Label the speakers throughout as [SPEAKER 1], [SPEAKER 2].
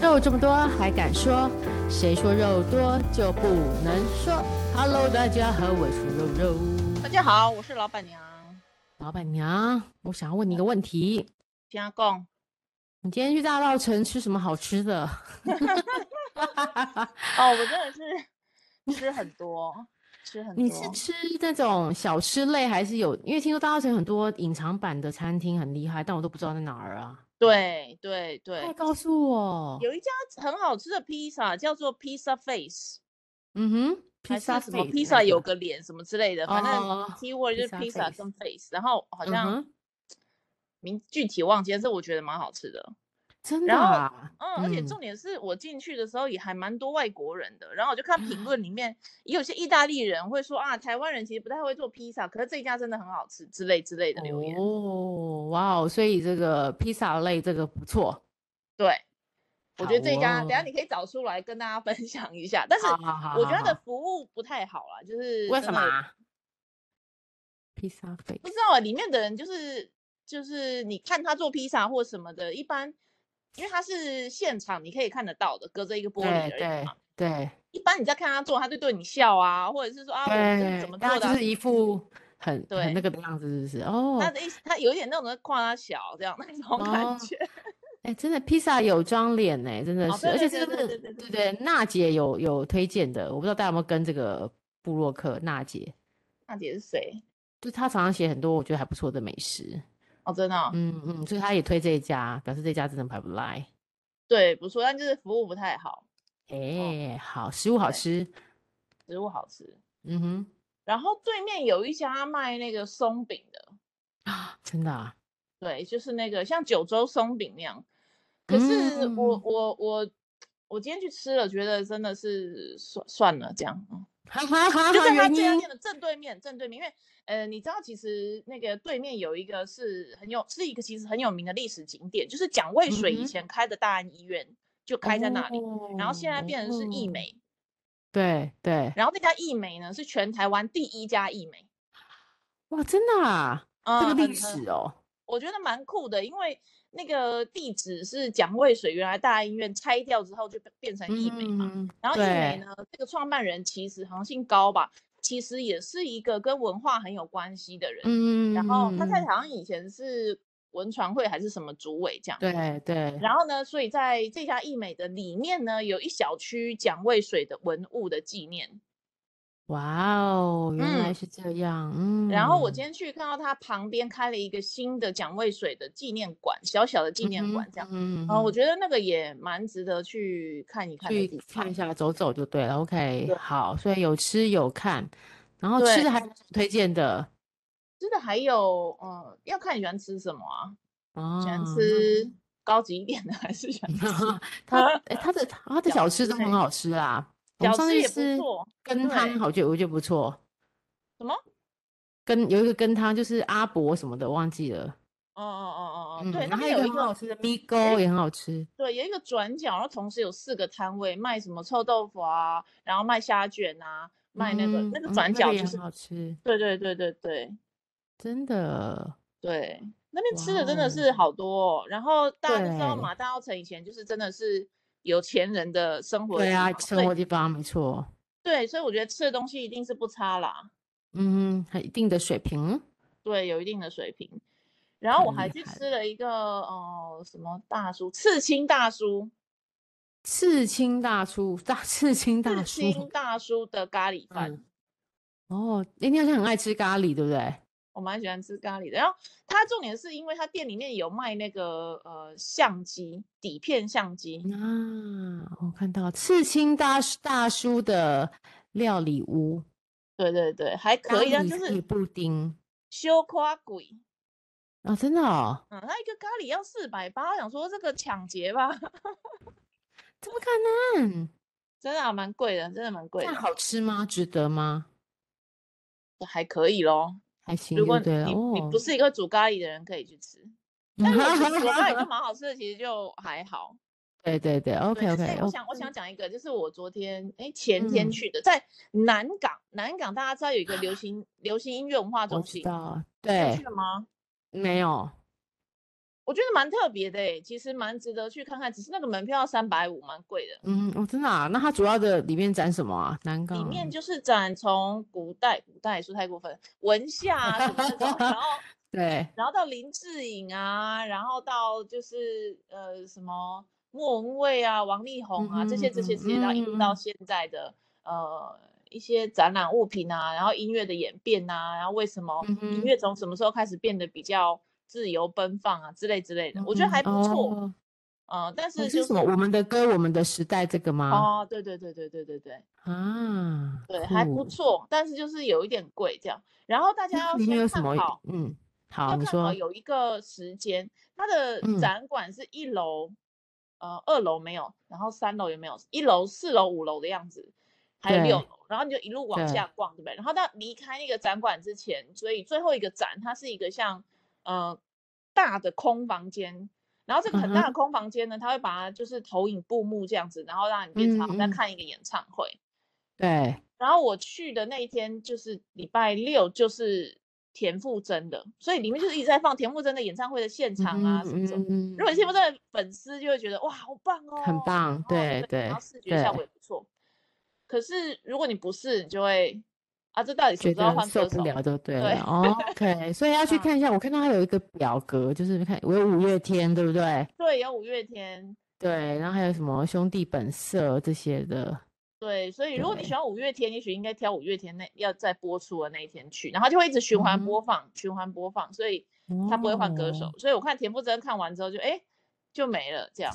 [SPEAKER 1] 肉这么多还敢说？谁说肉多就不能说？Hello，大家好，我是肉肉。
[SPEAKER 2] 大家好，我是老板娘。
[SPEAKER 1] 老板娘，我想要问你一个问题：
[SPEAKER 2] 加工
[SPEAKER 1] 你今天去大稻城吃什么好吃的？
[SPEAKER 2] 哦，我真 的是吃很多，吃很多。
[SPEAKER 1] 你是吃那种小吃类，还是有？因为听说大稻城很多隐藏版的餐厅很厉害，但我都不知道在哪儿啊。
[SPEAKER 2] 对对
[SPEAKER 1] 快
[SPEAKER 2] 对，
[SPEAKER 1] 告诉我。
[SPEAKER 2] 有一家很好吃的披萨叫做 Pizza Face，
[SPEAKER 1] 嗯哼，披
[SPEAKER 2] 还是
[SPEAKER 1] 萨
[SPEAKER 2] 什么
[SPEAKER 1] 费
[SPEAKER 2] 披
[SPEAKER 1] 那
[SPEAKER 2] 萨
[SPEAKER 1] 个
[SPEAKER 2] 有个脸什么之类的，反正
[SPEAKER 1] 哦
[SPEAKER 2] keyword 就是
[SPEAKER 1] Pizza
[SPEAKER 2] pizza
[SPEAKER 1] Face
[SPEAKER 2] 跟 face，然后好
[SPEAKER 1] 嗯
[SPEAKER 2] 像
[SPEAKER 1] 哼
[SPEAKER 2] 名具体忘记了，但是我觉得蛮好吃的。
[SPEAKER 1] 真的
[SPEAKER 2] 然后
[SPEAKER 1] 啊，
[SPEAKER 2] 嗯，而且
[SPEAKER 1] 嗯
[SPEAKER 2] 重点是我进去的时候也还蛮多外国人的，然后我就看
[SPEAKER 1] 啊
[SPEAKER 2] 评论里面也有些意大利人会说啊，台湾人其实不太会做披萨，可是这一家真的很好吃之类之类的留言。
[SPEAKER 1] 哦，哇哦，所以这个披萨类这个不错，
[SPEAKER 2] 对，我觉得这
[SPEAKER 1] 好
[SPEAKER 2] 家、等下
[SPEAKER 1] 哦
[SPEAKER 2] 你可以找出来跟大家 分享一下，但是
[SPEAKER 1] 好好好
[SPEAKER 2] 我觉得
[SPEAKER 1] 好
[SPEAKER 2] 它的
[SPEAKER 1] 好
[SPEAKER 2] 服务不太好啦，就是
[SPEAKER 1] 为
[SPEAKER 2] 真
[SPEAKER 1] 什
[SPEAKER 2] 的
[SPEAKER 1] 么啊？披萨费
[SPEAKER 2] 不知道啊，里面的人就是就是你看他做披萨或什么的，一般因为他是现场你可以看得到的，隔着一个玻璃而
[SPEAKER 1] 对
[SPEAKER 2] 已
[SPEAKER 1] 对
[SPEAKER 2] 嘛
[SPEAKER 1] 对
[SPEAKER 2] 一般你在看他做，他就对你笑啊，或者是说啊，我们这是
[SPEAKER 1] 对
[SPEAKER 2] 怎么，
[SPEAKER 1] 那
[SPEAKER 2] 做的
[SPEAKER 1] 就
[SPEAKER 2] 啊、
[SPEAKER 1] 是一副很很
[SPEAKER 2] 对
[SPEAKER 1] 那个的样子，是不是？哦
[SPEAKER 2] 他，的意思，他有一点那种在夸他小这样 那种
[SPEAKER 1] 哦
[SPEAKER 2] 感觉。
[SPEAKER 1] 哎，真的披萨有装脸呢，真的
[SPEAKER 2] 哦
[SPEAKER 1] 是，
[SPEAKER 2] 对
[SPEAKER 1] 而且
[SPEAKER 2] 对
[SPEAKER 1] 这
[SPEAKER 2] 对
[SPEAKER 1] 个是
[SPEAKER 2] 对对对
[SPEAKER 1] 对
[SPEAKER 2] 对
[SPEAKER 1] 对，娜姐有有推荐的，我不知道大家有没有跟这个布洛克娜姐，
[SPEAKER 2] 娜姐是谁？
[SPEAKER 1] 就她常常写很多我觉得还不错的美食，
[SPEAKER 2] 哦，真的哦、
[SPEAKER 1] 嗯嗯，所以她也推这一家，表示这家真的还不赖。
[SPEAKER 2] 对，不错，但就是服务不太好，
[SPEAKER 1] 哎、好，食物好
[SPEAKER 2] 哦对
[SPEAKER 1] 吃，
[SPEAKER 2] 食物好吃。
[SPEAKER 1] 嗯哼，
[SPEAKER 2] 然后对面有一家卖那个松饼的，
[SPEAKER 1] 啊，真的啊，
[SPEAKER 2] 对，就是那个像九州松饼那样。可是我、
[SPEAKER 1] 嗯
[SPEAKER 2] 我我我今天去吃了，觉得真的是算算了这样，嗯
[SPEAKER 1] 哈哈哈
[SPEAKER 2] 就
[SPEAKER 1] 啊哈，
[SPEAKER 2] 在他
[SPEAKER 1] 原
[SPEAKER 2] 这家
[SPEAKER 1] 因
[SPEAKER 2] 店的正对面，正对面，因为呃，你知道，其实那个对面有一个是很有，是一个其实很有名的历史景点，就是蒋渭
[SPEAKER 1] 嗯
[SPEAKER 2] 水
[SPEAKER 1] 哼
[SPEAKER 2] 以前开的大安医院就开在那里，然后现在变成是益
[SPEAKER 1] 哦，
[SPEAKER 2] 美，
[SPEAKER 1] 对对，
[SPEAKER 2] 然后那家益美呢是全台湾第一家益美，
[SPEAKER 1] 哇，真的啊，
[SPEAKER 2] 嗯，
[SPEAKER 1] 这个历
[SPEAKER 2] 很很
[SPEAKER 1] 史哦，
[SPEAKER 2] 我觉得蛮酷的，因为那个地址是蒋渭水原来大安医院拆掉之后就变变成益美嘛，
[SPEAKER 1] 嗯，
[SPEAKER 2] 然后易美
[SPEAKER 1] 对，
[SPEAKER 2] 呢，这个创办人其实好像姓高吧，其实也是一个跟文化很有关系的人。
[SPEAKER 1] 嗯，
[SPEAKER 2] 然后他在
[SPEAKER 1] 嗯
[SPEAKER 2] 好像以前是文传会还是什么主委这样。
[SPEAKER 1] 对对，
[SPEAKER 2] 然后呢，所以在这家易美的里面呢，有一小区蒋渭水的文物的纪念。
[SPEAKER 1] 哇哦，原来
[SPEAKER 2] 嗯
[SPEAKER 1] 是这样，嗯，
[SPEAKER 2] 然后我今天去看到他旁边开了一个新的蒋渭水的纪念馆，小小的纪
[SPEAKER 1] 嗯
[SPEAKER 2] 念
[SPEAKER 1] 哼
[SPEAKER 2] 馆这样。
[SPEAKER 1] 嗯哼，
[SPEAKER 2] 啊、我
[SPEAKER 1] 嗯
[SPEAKER 2] 觉得那个也蛮值得去看一看的
[SPEAKER 1] 去
[SPEAKER 2] 地
[SPEAKER 1] 看一
[SPEAKER 2] 方。
[SPEAKER 1] 下走走就对了，OK，
[SPEAKER 2] 对
[SPEAKER 1] 好，所以有吃有看，然后吃
[SPEAKER 2] 对
[SPEAKER 1] 的还有什么推荐的，
[SPEAKER 2] 真的还有，嗯，要看你喜欢吃什么啊。喜欢
[SPEAKER 1] 哦，那。
[SPEAKER 2] 吃高级一点的，还是喜欢 吃
[SPEAKER 1] 他 诶他的他的
[SPEAKER 2] 饺
[SPEAKER 1] 小吃
[SPEAKER 2] 子
[SPEAKER 1] 都很
[SPEAKER 2] 类
[SPEAKER 1] 好吃啦，我们
[SPEAKER 2] 小
[SPEAKER 1] 上
[SPEAKER 2] 吃
[SPEAKER 1] 次
[SPEAKER 2] 也不
[SPEAKER 1] 吃
[SPEAKER 2] 错？
[SPEAKER 1] 羹汤
[SPEAKER 2] 对
[SPEAKER 1] 好，觉得我觉得不错。
[SPEAKER 2] 什么？
[SPEAKER 1] 跟有一个羹汤就是阿伯什么的，忘记了。
[SPEAKER 2] 哦哦哦哦哦，
[SPEAKER 1] 嗯，
[SPEAKER 2] 对，
[SPEAKER 1] 然后
[SPEAKER 2] 那
[SPEAKER 1] 还有
[SPEAKER 2] 边
[SPEAKER 1] 一
[SPEAKER 2] 有
[SPEAKER 1] 个
[SPEAKER 2] 一
[SPEAKER 1] 很好
[SPEAKER 2] 个，
[SPEAKER 1] 吃的米糕也很好吃。
[SPEAKER 2] 对，有一个转角，然后同时有四个摊位卖什么臭豆腐啊，然后卖虾卷啊，卖那个
[SPEAKER 1] 嗯
[SPEAKER 2] 那个
[SPEAKER 1] 嗯，
[SPEAKER 2] 转
[SPEAKER 1] 那个
[SPEAKER 2] 角
[SPEAKER 1] 也
[SPEAKER 2] 就
[SPEAKER 1] 很
[SPEAKER 2] 是，
[SPEAKER 1] 好吃，
[SPEAKER 2] 对对对对对
[SPEAKER 1] 真的。
[SPEAKER 2] 对，那边
[SPEAKER 1] 哇
[SPEAKER 2] 吃的真的
[SPEAKER 1] 哦，
[SPEAKER 2] 是好多哦。然后大家都知道
[SPEAKER 1] 对
[SPEAKER 2] 嘛，大稻城以前就是真的是有钱人的生活的
[SPEAKER 1] 对
[SPEAKER 2] 地
[SPEAKER 1] 啊，
[SPEAKER 2] 方，所
[SPEAKER 1] 生
[SPEAKER 2] 以
[SPEAKER 1] 活地方没错。
[SPEAKER 2] 对，所以我觉得吃的东西一定是不差啦，
[SPEAKER 1] 嗯，很一定的水平，
[SPEAKER 2] 对，有一定的水平。然后我
[SPEAKER 1] 很
[SPEAKER 2] 还
[SPEAKER 1] 厉
[SPEAKER 2] 去
[SPEAKER 1] 害
[SPEAKER 2] 吃
[SPEAKER 1] 了。
[SPEAKER 2] 了一个呃什么大叔，刺青大叔，
[SPEAKER 1] 刺青大叔，大刺青大
[SPEAKER 2] 刺
[SPEAKER 1] 叔。
[SPEAKER 2] 青大叔的咖 喱饭，
[SPEAKER 1] 嗯，哦，诶，你好像很爱吃咖喱，对不对？
[SPEAKER 2] 我蛮喜欢吃咖喱的。然后它重点是因为它店里面有卖那个呃相机底片相
[SPEAKER 1] 嗯
[SPEAKER 2] 机，
[SPEAKER 1] 啊，我看到刺青大叔大叔的料理屋，
[SPEAKER 2] 对对对，还可
[SPEAKER 1] 咖
[SPEAKER 2] 以，啊但就
[SPEAKER 1] 喱嗯
[SPEAKER 2] 是
[SPEAKER 1] 蟹布丁
[SPEAKER 2] 修夸鬼，
[SPEAKER 1] 啊、真的哦，
[SPEAKER 2] 嗯，它一个咖喱要四百八，我想说这个抢劫吧，
[SPEAKER 1] 怎么可能？
[SPEAKER 2] 真的、啊、蛮贵的，真的蛮贵
[SPEAKER 1] 这样
[SPEAKER 2] 的，
[SPEAKER 1] 好吃吗？值得吗？
[SPEAKER 2] 还可以咯。
[SPEAKER 1] 还行
[SPEAKER 2] 如
[SPEAKER 1] 就
[SPEAKER 2] 果
[SPEAKER 1] 对哦了
[SPEAKER 2] 你你
[SPEAKER 1] 哦
[SPEAKER 2] 不。是一个煮咖喱的人，可以去 吃。但如果其实我咖喱就蛮好吃的，其实就还好。
[SPEAKER 1] 对对对
[SPEAKER 2] 对，
[SPEAKER 1] ，OK
[SPEAKER 2] 而
[SPEAKER 1] OK，
[SPEAKER 2] 且我
[SPEAKER 1] 哦，
[SPEAKER 2] 想我想讲一个，就是我昨天哎前天
[SPEAKER 1] 嗯，
[SPEAKER 2] 去的，在南港，南港大家知道有一个流行流行音乐文化
[SPEAKER 1] 我
[SPEAKER 2] 中
[SPEAKER 1] 知
[SPEAKER 2] 心，
[SPEAKER 1] 道，
[SPEAKER 2] 你有去
[SPEAKER 1] 对，
[SPEAKER 2] 了吗？
[SPEAKER 1] 没有，
[SPEAKER 2] 我觉得蛮特别的诶，其实蛮值得去看看。只是那个门票三百五，蛮贵的。
[SPEAKER 1] 嗯，哦，真的啊？那它主要的里面展什么啊？南港
[SPEAKER 2] 里面就是展从古代，古代也说太过分，文夏啊什么那种，然后
[SPEAKER 1] 对，
[SPEAKER 2] 然后到林志颖啊，然后到就是呃什么莫文蔚啊、王力宏啊这些这些这些，然后一直
[SPEAKER 1] 嗯嗯嗯嗯
[SPEAKER 2] 到
[SPEAKER 1] 嗯
[SPEAKER 2] 现在的呃一些展览物品啊，然后音乐的演变啊，然后为什么
[SPEAKER 1] 嗯
[SPEAKER 2] 音
[SPEAKER 1] 哼
[SPEAKER 2] 乐从什么时候开始变得比较自由奔放啊之类之类的，我觉得还不错。
[SPEAKER 1] 哦
[SPEAKER 2] 呃，但
[SPEAKER 1] 哦
[SPEAKER 2] 是
[SPEAKER 1] 是
[SPEAKER 2] 就
[SPEAKER 1] 什么？我们的歌，我们的时代，这个吗？
[SPEAKER 2] 哦，对对对对对对对
[SPEAKER 1] 啊，
[SPEAKER 2] 对，还不
[SPEAKER 1] 酷。
[SPEAKER 2] 错，但是就是有一点贵这样。然后大家
[SPEAKER 1] 那
[SPEAKER 2] 要
[SPEAKER 1] 里面有什
[SPEAKER 2] 先看
[SPEAKER 1] 么？
[SPEAKER 2] 好。
[SPEAKER 1] 嗯，好，
[SPEAKER 2] 要
[SPEAKER 1] 你
[SPEAKER 2] 看好
[SPEAKER 1] 说，
[SPEAKER 2] 有一个时间，它的
[SPEAKER 1] 嗯
[SPEAKER 2] 展馆是一楼，呃，二楼没有，然后三楼也没有，一楼、四楼、五楼的样子，还有六
[SPEAKER 1] 对
[SPEAKER 2] 楼，然后你就一路往
[SPEAKER 1] 对
[SPEAKER 2] 下逛，对不对？然后到离开那个展馆之前，所以最后一个展它是一个像呃大的空房间。然后这个很
[SPEAKER 1] 嗯
[SPEAKER 2] 大
[SPEAKER 1] 哼
[SPEAKER 2] 的空房间呢，它会把它就是投影布幕这样子，然后让你变成好像在
[SPEAKER 1] 嗯嗯
[SPEAKER 2] 看一个演唱会。
[SPEAKER 1] 对，
[SPEAKER 2] 然后我去的那一天就是礼拜六，就是田馥甄的，所以里面就是一直在放田馥甄的演唱会的现场啊什么什么。
[SPEAKER 1] 嗯
[SPEAKER 2] 如果你田馥甄的粉丝就会觉得哇，好棒哦，
[SPEAKER 1] 很棒
[SPEAKER 2] 然后
[SPEAKER 1] 对
[SPEAKER 2] 对，然后
[SPEAKER 1] 对
[SPEAKER 2] 视觉效果
[SPEAKER 1] 对
[SPEAKER 2] 也不错。可是如果你不是，你就会啊，这到底什么
[SPEAKER 1] 觉
[SPEAKER 2] 时候
[SPEAKER 1] 得
[SPEAKER 2] 换
[SPEAKER 1] 受
[SPEAKER 2] 歌
[SPEAKER 1] 不
[SPEAKER 2] 手？
[SPEAKER 1] 了就对
[SPEAKER 2] 对
[SPEAKER 1] 了。哦 OK，所以要去
[SPEAKER 2] 嗯
[SPEAKER 1] 看一下。我看到它有一个表格，就是看我有五月天，对不对？
[SPEAKER 2] 对，有五月天，
[SPEAKER 1] 对，然后还有什么兄弟本色这些的。
[SPEAKER 2] 对，所以如果你喜
[SPEAKER 1] 对
[SPEAKER 2] 欢五月天，也许应该挑五月天那要在播出的那一天去，然后就会一直循环
[SPEAKER 1] 嗯
[SPEAKER 2] 播放，循环播放，所以他不会换歌手
[SPEAKER 1] 哦，，
[SPEAKER 2] 所以我看田馥甄看完之后就哎、诶就没了这样，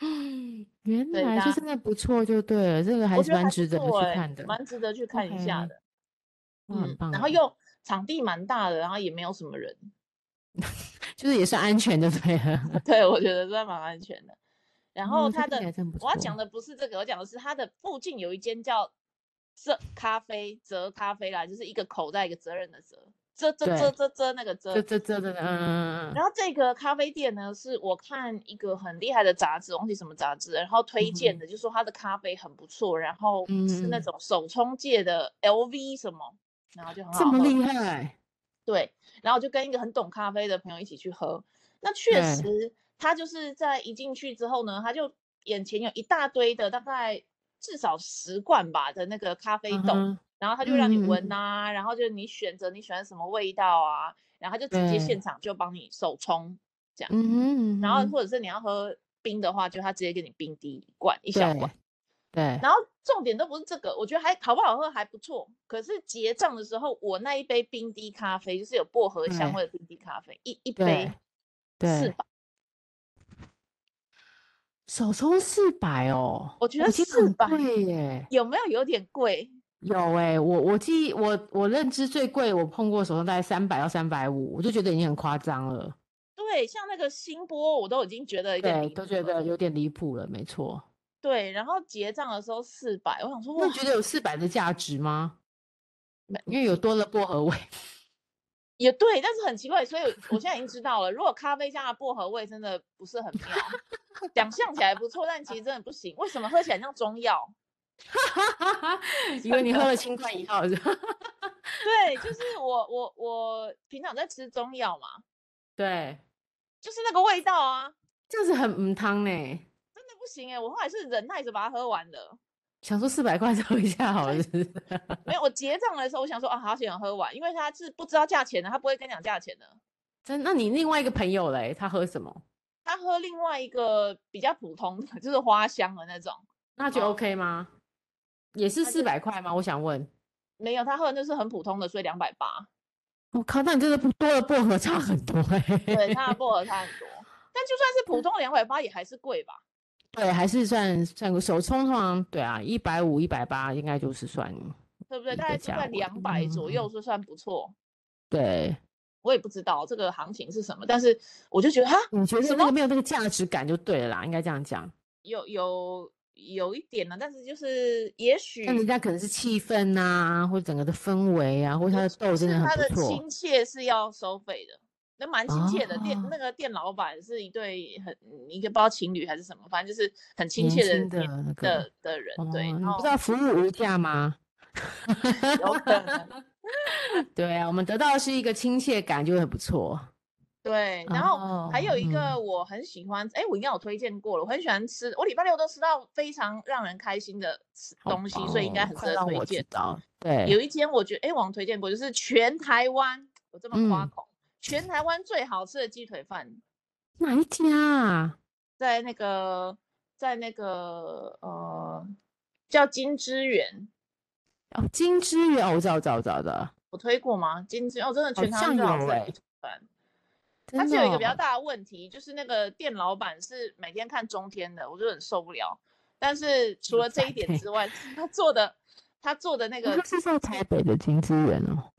[SPEAKER 2] 嗯，
[SPEAKER 1] 原
[SPEAKER 2] 对
[SPEAKER 1] 来
[SPEAKER 2] 大
[SPEAKER 1] 就
[SPEAKER 2] 家
[SPEAKER 1] 真的不错，就对了，这个还
[SPEAKER 2] 我
[SPEAKER 1] 是
[SPEAKER 2] 觉得
[SPEAKER 1] 蛮
[SPEAKER 2] 还不
[SPEAKER 1] 值得
[SPEAKER 2] 错
[SPEAKER 1] 去
[SPEAKER 2] 哎、
[SPEAKER 1] 看的。
[SPEAKER 2] 蛮值得去看一下
[SPEAKER 1] OK
[SPEAKER 2] 的，
[SPEAKER 1] 哇，很
[SPEAKER 2] 嗯，
[SPEAKER 1] 棒
[SPEAKER 2] 然后
[SPEAKER 1] 哎，
[SPEAKER 2] 又场地蛮大的，然后也没有什 么人，
[SPEAKER 1] 就是也是安全就对了。
[SPEAKER 2] 对我觉得这蛮安全的。然后
[SPEAKER 1] 哦，这
[SPEAKER 2] 它
[SPEAKER 1] 听起
[SPEAKER 2] 的
[SPEAKER 1] 来真不
[SPEAKER 2] 我要讲
[SPEAKER 1] 错。
[SPEAKER 2] 的不是这个，我讲的是它的附近有一间叫这咖啡泽咖啡啦，就是一个口在一个责任的责，遮遮遮
[SPEAKER 1] 对
[SPEAKER 2] 遮遮那个遮
[SPEAKER 1] 这，这这这，嗯嗯嗯
[SPEAKER 2] 然后这个咖啡店呢，是我看一个很厉害的杂志，忘记什么杂志了，然后推荐
[SPEAKER 1] 嗯
[SPEAKER 2] 的，就说它的咖啡很不错，然后是那
[SPEAKER 1] 嗯
[SPEAKER 2] 种手冲界的 LV 什么，然后就很
[SPEAKER 1] 这
[SPEAKER 2] 好
[SPEAKER 1] 么
[SPEAKER 2] 喝。
[SPEAKER 1] 厉害，嗯
[SPEAKER 2] 对，然后我就跟一个很懂咖啡的朋友一起去喝，那确
[SPEAKER 1] 对
[SPEAKER 2] 实，他就是在一进去之后呢，他就眼前有一大堆的大概至少十罐吧的那个咖啡
[SPEAKER 1] 嗯
[SPEAKER 2] 豆，
[SPEAKER 1] 哼，
[SPEAKER 2] 然后他就让你
[SPEAKER 1] 嗯嗯
[SPEAKER 2] 闻
[SPEAKER 1] 嗯，
[SPEAKER 2] 啊，然后就你选择你喜欢什么味道啊，然后他就直接现
[SPEAKER 1] 对，
[SPEAKER 2] 场就帮你手冲这样。
[SPEAKER 1] 嗯哼嗯
[SPEAKER 2] 然后
[SPEAKER 1] 哼，
[SPEAKER 2] 或者是你要喝冰的话，就他直接给你冰滴一罐一小罐。
[SPEAKER 1] 对对，
[SPEAKER 2] 然后重点都不是这个，我觉得还好不好喝还不错。可是结账的时候，我那一杯冰滴咖啡就是有薄荷香
[SPEAKER 1] 对
[SPEAKER 2] 味的冰滴咖啡，一一杯
[SPEAKER 1] 对
[SPEAKER 2] 四
[SPEAKER 1] 对，
[SPEAKER 2] 百，
[SPEAKER 1] 手冲四百哦，
[SPEAKER 2] 我觉
[SPEAKER 1] 我
[SPEAKER 2] 得
[SPEAKER 1] 觉得
[SPEAKER 2] 四
[SPEAKER 1] 很
[SPEAKER 2] 百
[SPEAKER 1] 贵耶。
[SPEAKER 2] 有没有有点贵？
[SPEAKER 1] 有哎、我我记忆我我认知最贵，我碰过手上大概三百到三百五，我就觉得已经很夸张了，
[SPEAKER 2] 对，像那个新波，我都已经觉得有点
[SPEAKER 1] 对，
[SPEAKER 2] 离
[SPEAKER 1] 都
[SPEAKER 2] 谱
[SPEAKER 1] 觉
[SPEAKER 2] 了。
[SPEAKER 1] 得有点离谱了，没错。
[SPEAKER 2] 对，然后结账的时候四百，我想说
[SPEAKER 1] 那
[SPEAKER 2] 哇，
[SPEAKER 1] 你觉得有四百的价值吗？
[SPEAKER 2] 没
[SPEAKER 1] 因为有多了薄荷 味，
[SPEAKER 2] 也对，但是很奇怪，所以我现在已 经知道了，如果咖啡加了薄荷味，真的不是很妙。想象起来不错，但其实真的不行。为什么喝起来像中药？
[SPEAKER 1] 以为你喝了新冠一号是吧？
[SPEAKER 2] 对，就是我我我平常在吃中药嘛，
[SPEAKER 1] 对，
[SPEAKER 2] 就是那个味道啊，
[SPEAKER 1] 这样子很母汤呢。
[SPEAKER 2] 真的不行哎、我后来是忍耐着把它喝完的。
[SPEAKER 1] 想说四百块 抽一下好了，是不是
[SPEAKER 2] 没有，我结账的时候我想说啊，好想喝完，因为他是不知道价钱的，他不会跟你讲价钱的。
[SPEAKER 1] 真？那你另外一个朋友嘞，他喝什么？
[SPEAKER 2] 他喝另外一个比较普通的， 就是花香的那种，
[SPEAKER 1] 那就
[SPEAKER 2] 哦，
[SPEAKER 1] OK 吗？也是
[SPEAKER 2] 他就
[SPEAKER 1] 四百块吗？我想问。
[SPEAKER 2] 没有，他喝的就是很普通的，所以两百 八。
[SPEAKER 1] 我靠，那你真的不多了薄荷差很多哎、
[SPEAKER 2] 对，它的薄荷差很多，但就算是普通两百八也还是贵吧？
[SPEAKER 1] 对，还是算算个手冲通常对啊，一百五、一百八应该就是算
[SPEAKER 2] 对不对？
[SPEAKER 1] 一
[SPEAKER 2] 大
[SPEAKER 1] 个
[SPEAKER 2] 概就
[SPEAKER 1] 价
[SPEAKER 2] 在
[SPEAKER 1] 位。
[SPEAKER 2] 两百左右
[SPEAKER 1] 嗯，
[SPEAKER 2] 就算不错。
[SPEAKER 1] 对，
[SPEAKER 2] 我也不知道这个行情是什么，但是我就觉得哈，
[SPEAKER 1] 你觉得
[SPEAKER 2] 什么
[SPEAKER 1] 那个没有那个价值感就对了啦，应该这样讲。
[SPEAKER 2] 有有有一点呢，但是就是也
[SPEAKER 1] 但人
[SPEAKER 2] 许
[SPEAKER 1] 家可能是气氛呐、或者整个的氛围啊，或者
[SPEAKER 2] 也
[SPEAKER 1] 他的
[SPEAKER 2] 许
[SPEAKER 1] 豆真
[SPEAKER 2] 是
[SPEAKER 1] 的很
[SPEAKER 2] 他
[SPEAKER 1] 不
[SPEAKER 2] 的
[SPEAKER 1] 错
[SPEAKER 2] 亲切是要收费的，那蛮亲切的店那
[SPEAKER 1] 啊。
[SPEAKER 2] 个店老板是一对很一个不知道情侣还是什么，反正就是很亲
[SPEAKER 1] 年
[SPEAKER 2] 切的
[SPEAKER 1] 轻的
[SPEAKER 2] 年
[SPEAKER 1] 那个
[SPEAKER 2] 的的人，对，
[SPEAKER 1] 哦，
[SPEAKER 2] 然
[SPEAKER 1] 你不知
[SPEAKER 2] 后
[SPEAKER 1] 道服务无价吗？
[SPEAKER 2] 有可能。
[SPEAKER 1] 对啊，我们得到的是一个亲切感，就会很不错。
[SPEAKER 2] 对，然后还有一
[SPEAKER 1] 哦
[SPEAKER 2] 个我很喜欢，哎、我应该有推荐过了，我很喜欢吃，我礼拜六都吃到非常让人开心的吃
[SPEAKER 1] 好
[SPEAKER 2] 东西，
[SPEAKER 1] 棒
[SPEAKER 2] 所以应该
[SPEAKER 1] 哦
[SPEAKER 2] 很
[SPEAKER 1] 快
[SPEAKER 2] 值得
[SPEAKER 1] 让
[SPEAKER 2] 推
[SPEAKER 1] 我知
[SPEAKER 2] 荐。
[SPEAKER 1] 道，对，
[SPEAKER 2] 有一间我觉得，哎、我好像推荐过，就是全台湾，我这么夸
[SPEAKER 1] 嗯
[SPEAKER 2] 口，全台湾最好吃的鸡腿饭，
[SPEAKER 1] 哪一家啊？
[SPEAKER 2] 在那个，在那个呃，叫金之源，
[SPEAKER 1] 哦，金枝园，哦，我找找找的，
[SPEAKER 2] 我推过吗？金枝哦，真的
[SPEAKER 1] 好
[SPEAKER 2] 全台湾
[SPEAKER 1] 像
[SPEAKER 2] 最好
[SPEAKER 1] 有
[SPEAKER 2] 吃的
[SPEAKER 1] 欸
[SPEAKER 2] 鸡腿饭。它
[SPEAKER 1] 真
[SPEAKER 2] 是
[SPEAKER 1] 的
[SPEAKER 2] 有一个比较
[SPEAKER 1] 哦
[SPEAKER 2] 大的问题，就是那个店老板是每天看中天的，我就很受不了。但是除
[SPEAKER 1] 很
[SPEAKER 2] 了这一
[SPEAKER 1] 烦
[SPEAKER 2] 点
[SPEAKER 1] 欸
[SPEAKER 2] 之外，他做的他做 的那
[SPEAKER 1] 哦
[SPEAKER 2] 个
[SPEAKER 1] 它是在台北的金枝园哦。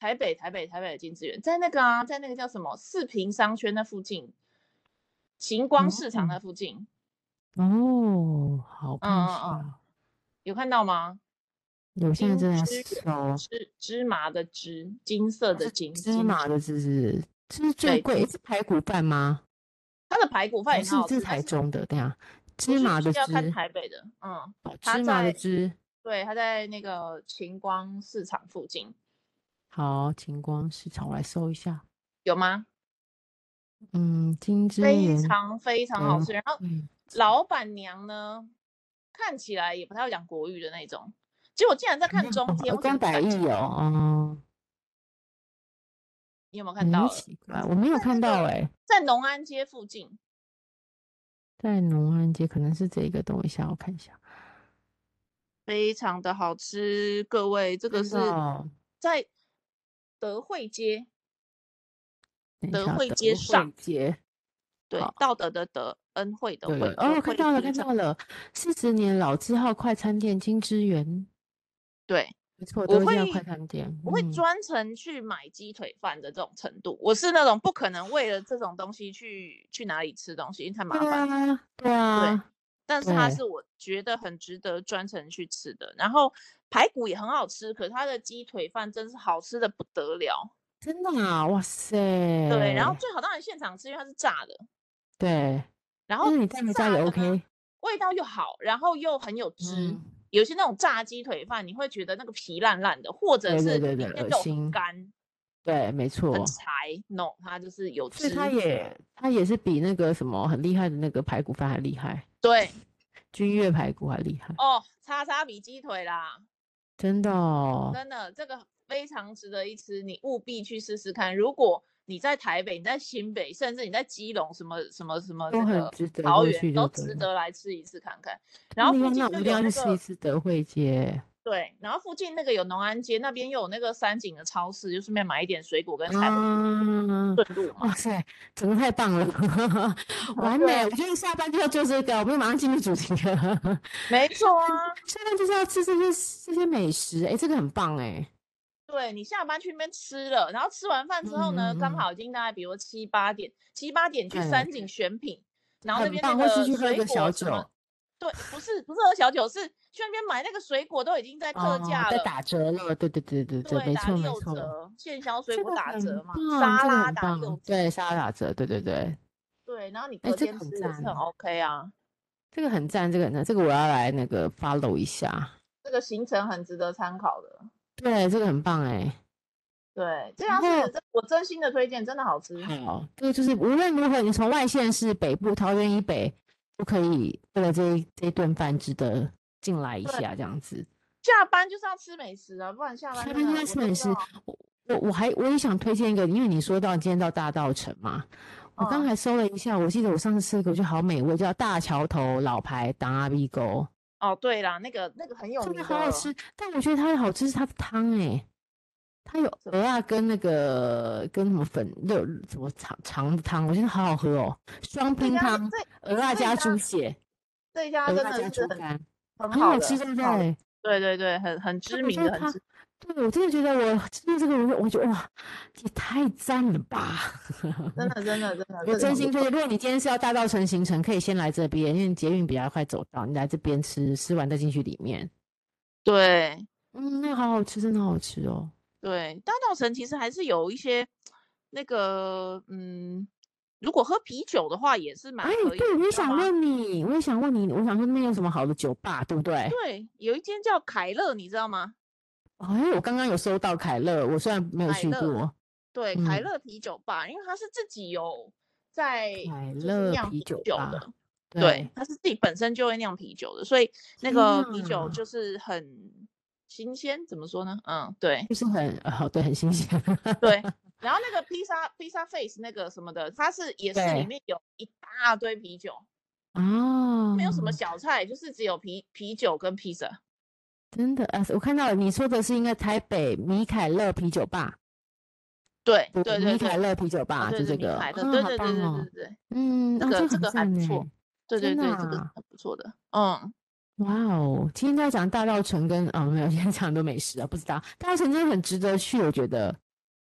[SPEAKER 2] 台北台北台北的金资源，在那个啊，在那个叫什么四平商圈那附近，行光市场
[SPEAKER 1] 哦
[SPEAKER 2] 那附近，
[SPEAKER 1] 哦，好看
[SPEAKER 2] 嗯
[SPEAKER 1] 一下
[SPEAKER 2] 嗯
[SPEAKER 1] 哦。
[SPEAKER 2] 有看到吗？
[SPEAKER 1] 有现在
[SPEAKER 2] 金
[SPEAKER 1] 正在
[SPEAKER 2] 枝
[SPEAKER 1] 搜
[SPEAKER 2] 芝芝麻的芝，金色的金，
[SPEAKER 1] 芝
[SPEAKER 2] 金
[SPEAKER 1] 麻的芝芝，这是最
[SPEAKER 2] 对
[SPEAKER 1] 贵，是排骨饭吗？
[SPEAKER 2] 它的排骨饭
[SPEAKER 1] 还
[SPEAKER 2] 也
[SPEAKER 1] 是
[SPEAKER 2] 很好
[SPEAKER 1] 这
[SPEAKER 2] 吃，
[SPEAKER 1] 是
[SPEAKER 2] 但
[SPEAKER 1] 台
[SPEAKER 2] 是
[SPEAKER 1] 中的？对啊，
[SPEAKER 2] 不
[SPEAKER 1] 芝
[SPEAKER 2] 是
[SPEAKER 1] 麻
[SPEAKER 2] 不
[SPEAKER 1] 的
[SPEAKER 2] 是要看
[SPEAKER 1] 芝，
[SPEAKER 2] 台北的，嗯，
[SPEAKER 1] 哦
[SPEAKER 2] 它
[SPEAKER 1] 芝麻的
[SPEAKER 2] 在
[SPEAKER 1] 芝，
[SPEAKER 2] 对，它在那个晴光市场附近
[SPEAKER 1] 好，晴光市场，我来搜一下。
[SPEAKER 2] 有吗？
[SPEAKER 1] 嗯，金枝
[SPEAKER 2] 非
[SPEAKER 1] 园，
[SPEAKER 2] 常非常好
[SPEAKER 1] 嗯
[SPEAKER 2] 吃。然后
[SPEAKER 1] 嗯，
[SPEAKER 2] 老板娘呢，看起来也不太会讲国语的那种。结果竟然在 看中天，
[SPEAKER 1] 哦
[SPEAKER 2] 我整
[SPEAKER 1] 跟
[SPEAKER 2] 个
[SPEAKER 1] 百
[SPEAKER 2] 看
[SPEAKER 1] 亿有哦，
[SPEAKER 2] 你有没有看到
[SPEAKER 1] 很
[SPEAKER 2] 了？
[SPEAKER 1] 奇怪，我没有
[SPEAKER 2] 在
[SPEAKER 1] 看
[SPEAKER 2] 那
[SPEAKER 1] 到
[SPEAKER 2] 个
[SPEAKER 1] 哎，
[SPEAKER 2] 在农安街附近，
[SPEAKER 1] 在农安街可能是这个，等我一下，我看一下。
[SPEAKER 2] 非常的好吃。各位，这个
[SPEAKER 1] 真
[SPEAKER 2] 是
[SPEAKER 1] 的哦
[SPEAKER 2] 在德惠街，
[SPEAKER 1] 等一
[SPEAKER 2] 德
[SPEAKER 1] 下
[SPEAKER 2] 惠
[SPEAKER 1] 德
[SPEAKER 2] 街上
[SPEAKER 1] 街，
[SPEAKER 2] 对
[SPEAKER 1] 好，
[SPEAKER 2] 道德的德，恩惠的
[SPEAKER 1] 对
[SPEAKER 2] 惠。
[SPEAKER 1] 哦，
[SPEAKER 2] 德
[SPEAKER 1] 看
[SPEAKER 2] 惠
[SPEAKER 1] 到了，
[SPEAKER 2] 街
[SPEAKER 1] 看
[SPEAKER 2] 上
[SPEAKER 1] 到了，四十年老字号快餐店金枝园，
[SPEAKER 2] 对，
[SPEAKER 1] 没错，
[SPEAKER 2] 我
[SPEAKER 1] 都是要
[SPEAKER 2] 会
[SPEAKER 1] 快餐店。
[SPEAKER 2] 我会
[SPEAKER 1] 嗯
[SPEAKER 2] 专程去买鸡腿饭的这种程度，我是那种不可能为了这种东西去去哪里吃东西，因为太麻
[SPEAKER 1] 对
[SPEAKER 2] 烦。
[SPEAKER 1] 啊，对啊，
[SPEAKER 2] 但是它
[SPEAKER 1] 对
[SPEAKER 2] 是我觉得很值得专程去吃的。然后排骨也很好吃，可是它的鸡腿饭真是好吃的不得了。
[SPEAKER 1] 真的啊，哇塞！
[SPEAKER 2] 对，
[SPEAKER 1] 对
[SPEAKER 2] 然后最好当然现场吃，因为它是炸的，
[SPEAKER 1] 对，
[SPEAKER 2] 然
[SPEAKER 1] 但
[SPEAKER 2] 后
[SPEAKER 1] 是嗯你在你家
[SPEAKER 2] 炸
[SPEAKER 1] 里
[SPEAKER 2] 的呢
[SPEAKER 1] OK，
[SPEAKER 2] 味道又好，然后又很有汁。
[SPEAKER 1] 嗯，
[SPEAKER 2] 有些那种炸鸡腿饭，你会觉得那个皮烂烂的，或者
[SPEAKER 1] 对对
[SPEAKER 2] 是
[SPEAKER 1] 对
[SPEAKER 2] 里
[SPEAKER 1] 对
[SPEAKER 2] 面
[SPEAKER 1] 恶
[SPEAKER 2] 肉
[SPEAKER 1] 心
[SPEAKER 2] 很干、
[SPEAKER 1] 对，没
[SPEAKER 2] 很
[SPEAKER 1] 错，
[SPEAKER 2] 柴。No，它就是有
[SPEAKER 1] 所
[SPEAKER 2] 汁
[SPEAKER 1] 以。它也它也是比那个什么很厉害的那个排骨饭还厉害，
[SPEAKER 2] 对，
[SPEAKER 1] 君越排骨还厉害，
[SPEAKER 2] 哦，叉叉比鸡腿啦，
[SPEAKER 1] 真的哦，
[SPEAKER 2] 真的，这个非常值得一吃，你务必去试试看。如果你在台北、你在新北，甚至你在基隆什么什么什么
[SPEAKER 1] 都
[SPEAKER 2] 那
[SPEAKER 1] 很
[SPEAKER 2] 个
[SPEAKER 1] 值得
[SPEAKER 2] 桃
[SPEAKER 1] 过去
[SPEAKER 2] 园，都
[SPEAKER 1] 就对
[SPEAKER 2] 值
[SPEAKER 1] 了
[SPEAKER 2] 得来吃一次看看。
[SPEAKER 1] 那
[SPEAKER 2] 然后
[SPEAKER 1] 你
[SPEAKER 2] 附
[SPEAKER 1] 要那
[SPEAKER 2] 近就
[SPEAKER 1] 我一定
[SPEAKER 2] 有
[SPEAKER 1] 要
[SPEAKER 2] 那
[SPEAKER 1] 去吃一
[SPEAKER 2] 个
[SPEAKER 1] 次德惠街，
[SPEAKER 2] 对，然后附近那个有农安街，那边又有那个三井的超市，就顺便买一点水果跟菜回
[SPEAKER 1] 啊，
[SPEAKER 2] 顺路嘛。
[SPEAKER 1] 哇塞，整个太棒了， 完
[SPEAKER 2] 对
[SPEAKER 1] 美！
[SPEAKER 2] 啊
[SPEAKER 1] 我觉得下班就要做这个，我们马上进入主题了。
[SPEAKER 2] 没错啊，
[SPEAKER 1] 下班就是要吃这些这些美食，哎，这个很棒哎。
[SPEAKER 2] 对你下班去那边吃了，然后吃完饭之后呢，
[SPEAKER 1] 嗯嗯
[SPEAKER 2] 刚
[SPEAKER 1] 嗯
[SPEAKER 2] 好已经大概比如七八点，七八点去
[SPEAKER 1] 对
[SPEAKER 2] 三井选品，然后那
[SPEAKER 1] 很
[SPEAKER 2] 边那
[SPEAKER 1] 棒，或是去
[SPEAKER 2] 个
[SPEAKER 1] 喝一
[SPEAKER 2] 水
[SPEAKER 1] 个小
[SPEAKER 2] 果什
[SPEAKER 1] 酒，
[SPEAKER 2] 么，对，不是不是喝小酒，是去那边买那个水果都已经在特
[SPEAKER 1] 哦，
[SPEAKER 2] 价
[SPEAKER 1] 在
[SPEAKER 2] 了，
[SPEAKER 1] 打折了，对对对对对，
[SPEAKER 2] 对，
[SPEAKER 1] 没
[SPEAKER 2] 打
[SPEAKER 1] 错没
[SPEAKER 2] 六
[SPEAKER 1] 错，
[SPEAKER 2] 折，现销水
[SPEAKER 1] 这
[SPEAKER 2] 果
[SPEAKER 1] 个
[SPEAKER 2] 打
[SPEAKER 1] 很
[SPEAKER 2] 折嘛，
[SPEAKER 1] 棒，
[SPEAKER 2] 沙
[SPEAKER 1] 这个
[SPEAKER 2] 拉
[SPEAKER 1] 很
[SPEAKER 2] 打六
[SPEAKER 1] 棒，
[SPEAKER 2] 折，
[SPEAKER 1] 对，沙拉打折，对对对，
[SPEAKER 2] 对，然后你
[SPEAKER 1] 哎，
[SPEAKER 2] 隔
[SPEAKER 1] 这个
[SPEAKER 2] 天
[SPEAKER 1] 很
[SPEAKER 2] 吃也是很
[SPEAKER 1] 赞
[SPEAKER 2] OK 啊，
[SPEAKER 1] 这个很赞，这个很赞，这个我要来那个 follow 一下，
[SPEAKER 2] 这个行程很值得参考的，
[SPEAKER 1] 对，这个很棒哎，
[SPEAKER 2] 对，这
[SPEAKER 1] 然
[SPEAKER 2] 家是
[SPEAKER 1] 后
[SPEAKER 2] 真我真心的推荐，真的好吃，
[SPEAKER 1] 好，这个就是无论如何，你从外县市北部桃园以北都可以，为了这一这一顿饭值得进来一
[SPEAKER 2] 对
[SPEAKER 1] 下这样子。
[SPEAKER 2] 下班就是要吃美食啊，不然下班
[SPEAKER 1] 下
[SPEAKER 2] 真
[SPEAKER 1] 班就在
[SPEAKER 2] 的我
[SPEAKER 1] 吃
[SPEAKER 2] 都
[SPEAKER 1] 美
[SPEAKER 2] 不知
[SPEAKER 1] 食
[SPEAKER 2] 道。
[SPEAKER 1] 我我我还我也想推荐一个，因为你说到今天到大稻城嘛，我刚
[SPEAKER 2] 嗯
[SPEAKER 1] 才搜了一下，我记得我上次吃了一个我觉得好美味，叫大桥头老牌当阿 B 沟，
[SPEAKER 2] 哦，对啦，那个那个很有
[SPEAKER 1] 真
[SPEAKER 2] 名
[SPEAKER 1] 的
[SPEAKER 2] 的，
[SPEAKER 1] 好好吃。但我觉得它的好吃是它的汤哎、它有
[SPEAKER 2] 什
[SPEAKER 1] 鹅啊跟那个跟什么粉肉什么肠肠的汤，我觉得好好喝哦，双
[SPEAKER 2] 这
[SPEAKER 1] 拼
[SPEAKER 2] 家
[SPEAKER 1] 汤
[SPEAKER 2] 这，
[SPEAKER 1] 鹅啊
[SPEAKER 2] 这
[SPEAKER 1] 加
[SPEAKER 2] 家
[SPEAKER 1] 猪血，
[SPEAKER 2] 这家
[SPEAKER 1] 鹅
[SPEAKER 2] 真
[SPEAKER 1] 啊加
[SPEAKER 2] 的
[SPEAKER 1] 猪
[SPEAKER 2] 是很
[SPEAKER 1] 肝，
[SPEAKER 2] 很
[SPEAKER 1] 很
[SPEAKER 2] 好
[SPEAKER 1] 好
[SPEAKER 2] 的，
[SPEAKER 1] 吃对不
[SPEAKER 2] 很好的
[SPEAKER 1] 对？
[SPEAKER 2] 对对对，很很知
[SPEAKER 1] 我
[SPEAKER 2] 名
[SPEAKER 1] 觉得
[SPEAKER 2] 的，很
[SPEAKER 1] 他
[SPEAKER 2] 知，
[SPEAKER 1] 对我真的觉得我吃到这个，我就我觉得哇，也太赞了吧！
[SPEAKER 2] 真的真的真的，
[SPEAKER 1] 我
[SPEAKER 2] 这个
[SPEAKER 1] 真
[SPEAKER 2] 很
[SPEAKER 1] 心
[SPEAKER 2] 不
[SPEAKER 1] 推
[SPEAKER 2] 错
[SPEAKER 1] 荐，如果你今天是要大稻城行程，可以先来这边，因为捷运比较快走到，你来这边吃，吃完再进去里面。
[SPEAKER 2] 对
[SPEAKER 1] 嗯，那个好好吃，真的好好吃哦。
[SPEAKER 2] 对，大稻城其实还是有一些那个嗯，如果喝啤酒的话也是蛮
[SPEAKER 1] 哎，
[SPEAKER 2] 可以的，
[SPEAKER 1] 对，我
[SPEAKER 2] 你
[SPEAKER 1] 也
[SPEAKER 2] 知道
[SPEAKER 1] 想
[SPEAKER 2] 吗？
[SPEAKER 1] 问你，我也想问你，我想说那边有什么好的酒吧，对不对？哦
[SPEAKER 2] 对，有一间叫凯乐，你知道吗？
[SPEAKER 1] 哎，我刚刚有收到凯乐，我虽然没有
[SPEAKER 2] 凯
[SPEAKER 1] 去
[SPEAKER 2] 乐
[SPEAKER 1] 过，
[SPEAKER 2] 对，凯
[SPEAKER 1] 嗯
[SPEAKER 2] 乐啤酒吧，因为他是自己有在
[SPEAKER 1] 凯
[SPEAKER 2] 就是
[SPEAKER 1] 乐
[SPEAKER 2] 酿
[SPEAKER 1] 啤
[SPEAKER 2] 啤
[SPEAKER 1] 酒
[SPEAKER 2] 酒
[SPEAKER 1] 吧
[SPEAKER 2] 的，对，，他是自己本身就会酿啤酒的，所以那
[SPEAKER 1] 天
[SPEAKER 2] 个啤酒
[SPEAKER 1] 呐
[SPEAKER 2] 就是很新鲜，怎么说呢？嗯，对
[SPEAKER 1] 就是很哦，对，很新鲜。
[SPEAKER 2] 对。然后那个披萨披萨 face 那个什么的，它是也是
[SPEAKER 1] 对
[SPEAKER 2] 里面有一大堆啤酒，
[SPEAKER 1] 哦，
[SPEAKER 2] 没有什么小菜，就是只有啤啤酒跟披萨。
[SPEAKER 1] 真的啊！我看到你说的是应该台北米凯乐啤酒吧，
[SPEAKER 2] 对
[SPEAKER 1] 不
[SPEAKER 2] 对对
[SPEAKER 1] 米凯
[SPEAKER 2] 对，
[SPEAKER 1] 乐啤酒吧，
[SPEAKER 2] 啊
[SPEAKER 1] 就
[SPEAKER 2] 对
[SPEAKER 1] 这
[SPEAKER 2] 对，米
[SPEAKER 1] 个，
[SPEAKER 2] 凯的，
[SPEAKER 1] 啊
[SPEAKER 2] 对
[SPEAKER 1] 好
[SPEAKER 2] 对对
[SPEAKER 1] 棒
[SPEAKER 2] 对
[SPEAKER 1] 哦
[SPEAKER 2] 对对，
[SPEAKER 1] 嗯，
[SPEAKER 2] 这
[SPEAKER 1] 哦这
[SPEAKER 2] 个这
[SPEAKER 1] 很
[SPEAKER 2] 个还
[SPEAKER 1] 赞
[SPEAKER 2] 不错
[SPEAKER 1] 呢，
[SPEAKER 2] 对对
[SPEAKER 1] 天
[SPEAKER 2] 对，这个是
[SPEAKER 1] 哪
[SPEAKER 2] 很不错的，嗯。
[SPEAKER 1] 哇哦！今天在讲大稻城跟哦没有，今天讲都美食啊，不知道大稻城真的很值得去，我觉得，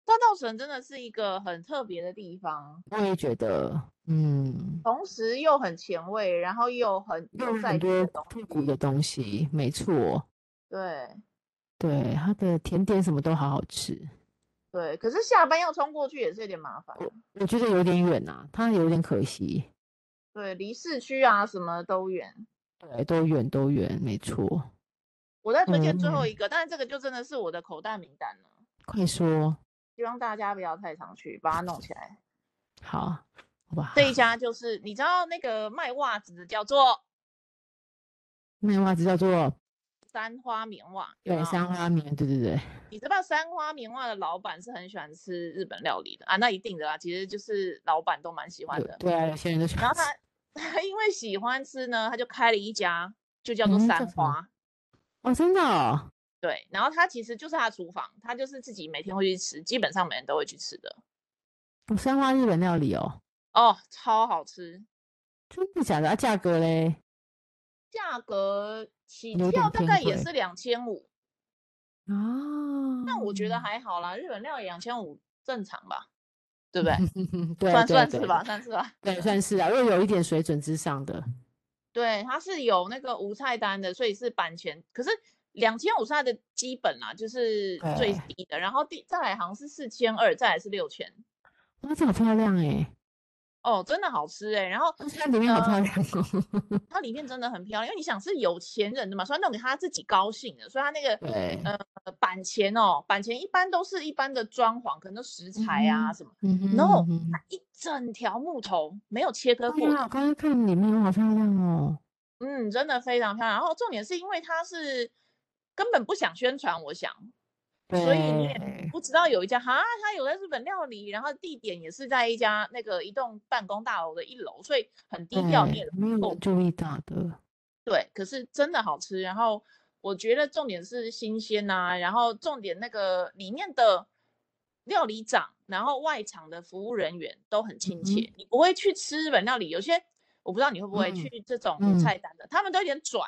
[SPEAKER 2] 大稻城真的是一个很特别的地方，
[SPEAKER 1] 我也觉得，嗯，
[SPEAKER 2] 同时又很前卫，然后又很
[SPEAKER 1] 又
[SPEAKER 2] 又
[SPEAKER 1] 有
[SPEAKER 2] 在
[SPEAKER 1] 很
[SPEAKER 2] 地
[SPEAKER 1] 多
[SPEAKER 2] 的东
[SPEAKER 1] 复古
[SPEAKER 2] 西
[SPEAKER 1] 的东西，没错，
[SPEAKER 2] 对
[SPEAKER 1] 对，它的甜点什么都好好吃，
[SPEAKER 2] 对，可是下班要冲过去也是有点麻烦。
[SPEAKER 1] 我觉得有点远啊，它有点可惜，
[SPEAKER 2] 对，离市区啊什么都远。
[SPEAKER 1] 对，都远都远，没错，
[SPEAKER 2] 我再推荐最后
[SPEAKER 1] 嗯
[SPEAKER 2] 一个，但是这个就真的是我的口袋名单了，
[SPEAKER 1] 快说，
[SPEAKER 2] 希望大家不要太常去，把它弄起来。
[SPEAKER 1] 好，好吧，
[SPEAKER 2] 这一家就是你知道那个卖袜子的叫做
[SPEAKER 1] 那袜子叫做
[SPEAKER 2] 三花棉袜，有
[SPEAKER 1] 对
[SPEAKER 2] 没有
[SPEAKER 1] 三花棉，对对对，
[SPEAKER 2] 你知道三花棉袜的老板是很喜欢吃日本料理的啊？那一定的啦，其实就是老板都蛮喜欢
[SPEAKER 1] 有
[SPEAKER 2] 的。
[SPEAKER 1] 对啊，有些人都喜
[SPEAKER 2] 然
[SPEAKER 1] 欢
[SPEAKER 2] 后
[SPEAKER 1] 吃，
[SPEAKER 2] 他 他因为喜欢吃呢，他就开了一家，就叫做
[SPEAKER 1] 嗯叫
[SPEAKER 2] 三
[SPEAKER 1] 什么
[SPEAKER 2] 花。
[SPEAKER 1] 哦，真的哦，
[SPEAKER 2] 对，然后他其实就是他的厨房，他就是自己每天会去吃，基本上每人都会去吃的。
[SPEAKER 1] 哦三花日本料理哦，
[SPEAKER 2] 哦，超好吃，
[SPEAKER 1] 真的假的？啊，价格嘞？
[SPEAKER 2] 价格起
[SPEAKER 1] 有
[SPEAKER 2] 跳
[SPEAKER 1] 点
[SPEAKER 2] 大
[SPEAKER 1] 偏
[SPEAKER 2] 概也
[SPEAKER 1] 贵
[SPEAKER 2] 是两千五，
[SPEAKER 1] 哦，
[SPEAKER 2] 但我觉得还好啦，日本料理两千五正常吧，对不对？
[SPEAKER 1] 嗯对
[SPEAKER 2] 算
[SPEAKER 1] 对
[SPEAKER 2] 算
[SPEAKER 1] 对
[SPEAKER 2] 是吧，算是吧。
[SPEAKER 1] 对，算是啊，因为有一点水准之上的，
[SPEAKER 2] 对，它是有那个无菜单的，所以是版权。可是两千五是它的基本啦，就是最
[SPEAKER 1] 对
[SPEAKER 2] 低的。然后第再来好像是四千二，再来是六千。
[SPEAKER 1] 哇，这好漂亮哎，
[SPEAKER 2] 哦，真的好吃哎、然后
[SPEAKER 1] 而且它里面好漂
[SPEAKER 2] 嗯
[SPEAKER 1] 亮哦，
[SPEAKER 2] 它里面真的很漂亮，因为你想是有钱人的嘛，所以弄给他自己高兴的，所以他那个
[SPEAKER 1] 对，
[SPEAKER 2] 呃板前哦，板前一般都是一般的装潢，可能都食材啊
[SPEAKER 1] 嗯
[SPEAKER 2] 什么，
[SPEAKER 1] 嗯哼
[SPEAKER 2] 然后
[SPEAKER 1] 嗯哼
[SPEAKER 2] 它一整条木头没有切割
[SPEAKER 1] 对
[SPEAKER 2] 过，
[SPEAKER 1] 啊，我刚刚看里面好漂亮哦，
[SPEAKER 2] 嗯，真的非常漂亮。然后重点是因为它是根本不想宣传，我想，所以你也
[SPEAKER 1] 对
[SPEAKER 2] 不知道有一家哈，它有在日本料理，然后地点也是在一家那个一栋办公大楼的一楼，所以很低调，你也
[SPEAKER 1] 对没有
[SPEAKER 2] 够
[SPEAKER 1] 人注意到的，
[SPEAKER 2] 对。可是真的好吃，然后我觉得重点是新鲜呐、然后重点那个里面的料理长，然后外场的服务人员都很亲
[SPEAKER 1] 嗯哼
[SPEAKER 2] 切，你不会去吃日本料理，有些我不知道你会不会
[SPEAKER 1] 嗯
[SPEAKER 2] 去这种
[SPEAKER 1] 嗯
[SPEAKER 2] 无菜单的，他们都有点拽。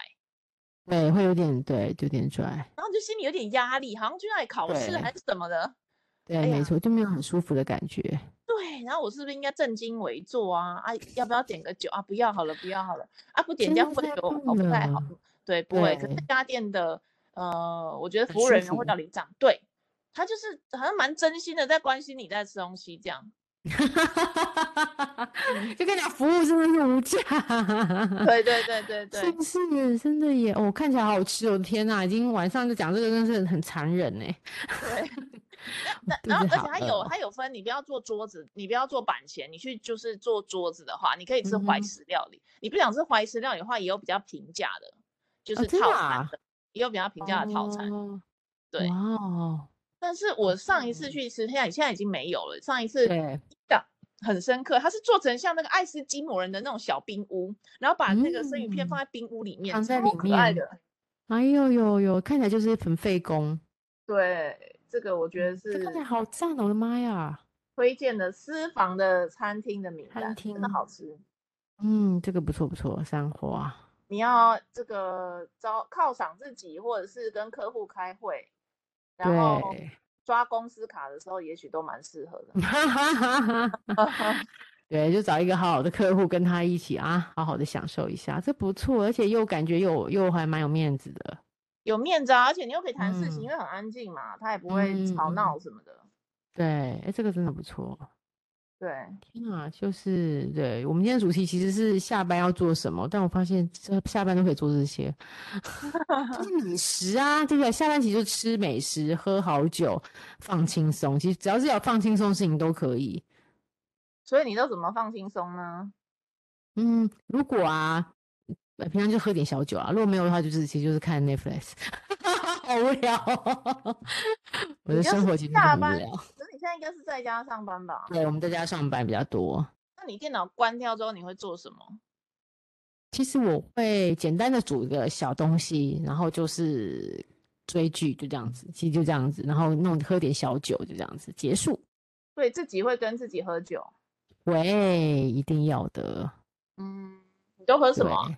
[SPEAKER 1] 对，会有点对，有点拽。
[SPEAKER 2] 然后就心里有点压力，好像去那里考试
[SPEAKER 1] 对
[SPEAKER 2] 还是什么的。
[SPEAKER 1] 对，
[SPEAKER 2] 哎
[SPEAKER 1] 没
[SPEAKER 2] 呀
[SPEAKER 1] 错，就没有很舒服的感觉。
[SPEAKER 2] 对，然后我是不是应该正襟危坐啊？啊，要不要点个酒啊？不要好了，不要好了。啊，不点
[SPEAKER 1] 真
[SPEAKER 2] 这
[SPEAKER 1] 的太
[SPEAKER 2] 样会不会觉得我
[SPEAKER 1] 棒
[SPEAKER 2] 哦不太好
[SPEAKER 1] 了？
[SPEAKER 2] 对，不会。可是
[SPEAKER 1] 对
[SPEAKER 2] 这家店的呃，我觉得
[SPEAKER 1] 很
[SPEAKER 2] 服务
[SPEAKER 1] 舒
[SPEAKER 2] 人员或
[SPEAKER 1] 服
[SPEAKER 2] 料理长，对他就是好像蛮真心的在关心你在吃东西这样。
[SPEAKER 1] 就跟你讲，服务真的是无价，
[SPEAKER 2] 对对对 对
[SPEAKER 1] 啊 是
[SPEAKER 2] 对
[SPEAKER 1] 不是？真的耶！哦，看起来好好吃哦，我的天呐，已经晚上就讲这个，真的是很残忍欸呢。
[SPEAKER 2] 对。
[SPEAKER 1] 我
[SPEAKER 2] 然后
[SPEAKER 1] 肚，子
[SPEAKER 2] 而
[SPEAKER 1] 好
[SPEAKER 2] 且它
[SPEAKER 1] 饿
[SPEAKER 2] 有
[SPEAKER 1] 哦
[SPEAKER 2] 它有分，你不要做桌子，你不要做板前，你去就是做桌子的话，你可以吃
[SPEAKER 1] 嗯
[SPEAKER 2] 怀
[SPEAKER 1] 哼
[SPEAKER 2] 石料理。你不想吃怀石料理的话，也有比较平价的，就
[SPEAKER 1] 哦
[SPEAKER 2] 是
[SPEAKER 1] 真的
[SPEAKER 2] 套餐
[SPEAKER 1] 啊
[SPEAKER 2] 的，也有比较平价的套餐。
[SPEAKER 1] 哦
[SPEAKER 2] 对
[SPEAKER 1] 哇哦，
[SPEAKER 2] 但是我上一次
[SPEAKER 1] 嗯
[SPEAKER 2] 去吃，现在现在已经没有了。上一次
[SPEAKER 1] 对，
[SPEAKER 2] 的很深刻，它是做成像那个爱斯基摩人的那种小冰屋，然后把那个生鱼片放在冰屋里面，
[SPEAKER 1] 藏嗯在
[SPEAKER 2] 超
[SPEAKER 1] 里
[SPEAKER 2] 可爱
[SPEAKER 1] 面
[SPEAKER 2] 的。
[SPEAKER 1] 哎呦呦呦，看起来就是很费工。
[SPEAKER 2] 对，这个我觉得
[SPEAKER 1] 嗯这
[SPEAKER 2] 是
[SPEAKER 1] 看起来好赞哦！我的妈呀，
[SPEAKER 2] 推荐的私房的餐厅的名
[SPEAKER 1] 餐
[SPEAKER 2] 单，真的
[SPEAKER 1] 厅
[SPEAKER 2] 好吃。
[SPEAKER 1] 嗯，这个不错不错，三花。
[SPEAKER 2] 你要这个招犒赏自己，或者是跟客户开会，然后
[SPEAKER 1] 对，
[SPEAKER 2] 抓公司卡的时候，也许都蛮适合的。
[SPEAKER 1] 哈哈哈哈。对，就找一个好好的客户跟他一起啊，好好的享受一下，这不错，而且又感觉又又还蛮有面子的。
[SPEAKER 2] 有面子啊，而且你又可以谈事情，
[SPEAKER 1] 嗯
[SPEAKER 2] 因为很安静嘛，他也不会
[SPEAKER 1] 嗯
[SPEAKER 2] 吵
[SPEAKER 1] 嗯
[SPEAKER 2] 闹什么的。
[SPEAKER 1] 对，哎，这个真的不错。
[SPEAKER 2] 对，
[SPEAKER 1] 天啊，就是对我们今天的主题其实是下班要做什么，但我发现这下班都可以做这些， 就是 美食啊，对不对？下班其实就吃美食、喝好酒、放轻松，其实只要是有放轻松的事情都可以。
[SPEAKER 2] 所以你都怎么放轻松呢？
[SPEAKER 1] 嗯，如果啊，呃平常就喝点小酒啊，如果没有的话，就是其实就是看 Netflix，好无聊哦、 我
[SPEAKER 2] 你
[SPEAKER 1] 的
[SPEAKER 2] 就
[SPEAKER 1] 生
[SPEAKER 2] 是
[SPEAKER 1] 活其实
[SPEAKER 2] 下
[SPEAKER 1] 很无
[SPEAKER 2] 班
[SPEAKER 1] 聊。
[SPEAKER 2] 可是你现在应该是在家上班吧？
[SPEAKER 1] 对，我们在家上班比较多。
[SPEAKER 2] 那你电脑关掉之后你会做什么？
[SPEAKER 1] 其实我会简单的煮一个小东西，然后就是追剧，就这样子，其实就这样子，然后弄喝点小酒，就这样子结束。
[SPEAKER 2] 对自己会跟自己喝酒，
[SPEAKER 1] 喂，一定要的。
[SPEAKER 2] 嗯，你都喝什么？
[SPEAKER 1] 对？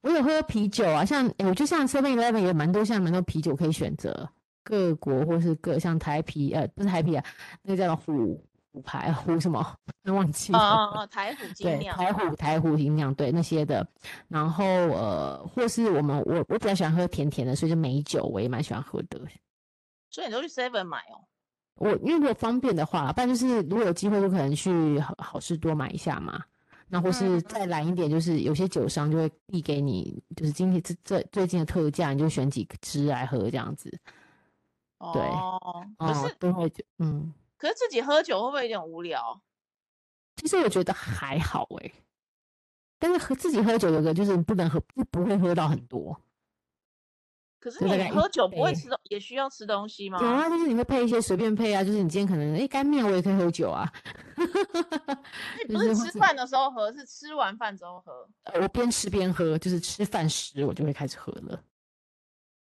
[SPEAKER 1] 我有喝啤酒啊，像诶我觉得像 Seven Eleven 也蛮多，像蛮多啤酒可以选择，各国或是各像台啤，呃，不是台啤啊，那个叫做虎虎牌啊虎什么， 忘记
[SPEAKER 2] 哦
[SPEAKER 1] 了。
[SPEAKER 2] 哦哦，台虎精
[SPEAKER 1] 对，
[SPEAKER 2] 酿，
[SPEAKER 1] 台虎、台虎营养对那些的，然后呃，或是我们我我比较喜欢喝甜甜的，所以就美酒我也蛮喜欢喝的。
[SPEAKER 2] 所以你都去 Seven 买哦。
[SPEAKER 1] 我因为如果方便的话，不然就是如果有机会，就可能去好好事多买一下嘛。那或是
[SPEAKER 2] 嗯
[SPEAKER 1] 再懒一点，就是有些酒商就会递给你，就是今天这这最近的特价，你就选几支来喝这样子。对
[SPEAKER 2] 哦，可
[SPEAKER 1] 哦
[SPEAKER 2] 是，
[SPEAKER 1] 都会觉嗯，
[SPEAKER 2] 可是自己喝酒会不会有点无聊？
[SPEAKER 1] 其实我觉得还好诶、但是喝自己喝酒有个就是不能喝，就不会喝到很多。
[SPEAKER 2] 可是
[SPEAKER 1] 就大
[SPEAKER 2] 你
[SPEAKER 1] 概一
[SPEAKER 2] 喝酒不会
[SPEAKER 1] 杯
[SPEAKER 2] 吃东，也需要吃东西吗？
[SPEAKER 1] 有啊，就是你会配一些随便配啊，就是你今天可能哎干面我也可以喝酒啊，
[SPEAKER 2] 所以
[SPEAKER 1] 就
[SPEAKER 2] 不
[SPEAKER 1] 是
[SPEAKER 2] 是
[SPEAKER 1] 会
[SPEAKER 2] 吃饭的时候喝，是吃完饭之后喝。
[SPEAKER 1] 呃我边吃边喝，就是吃饭时我就会开始喝了，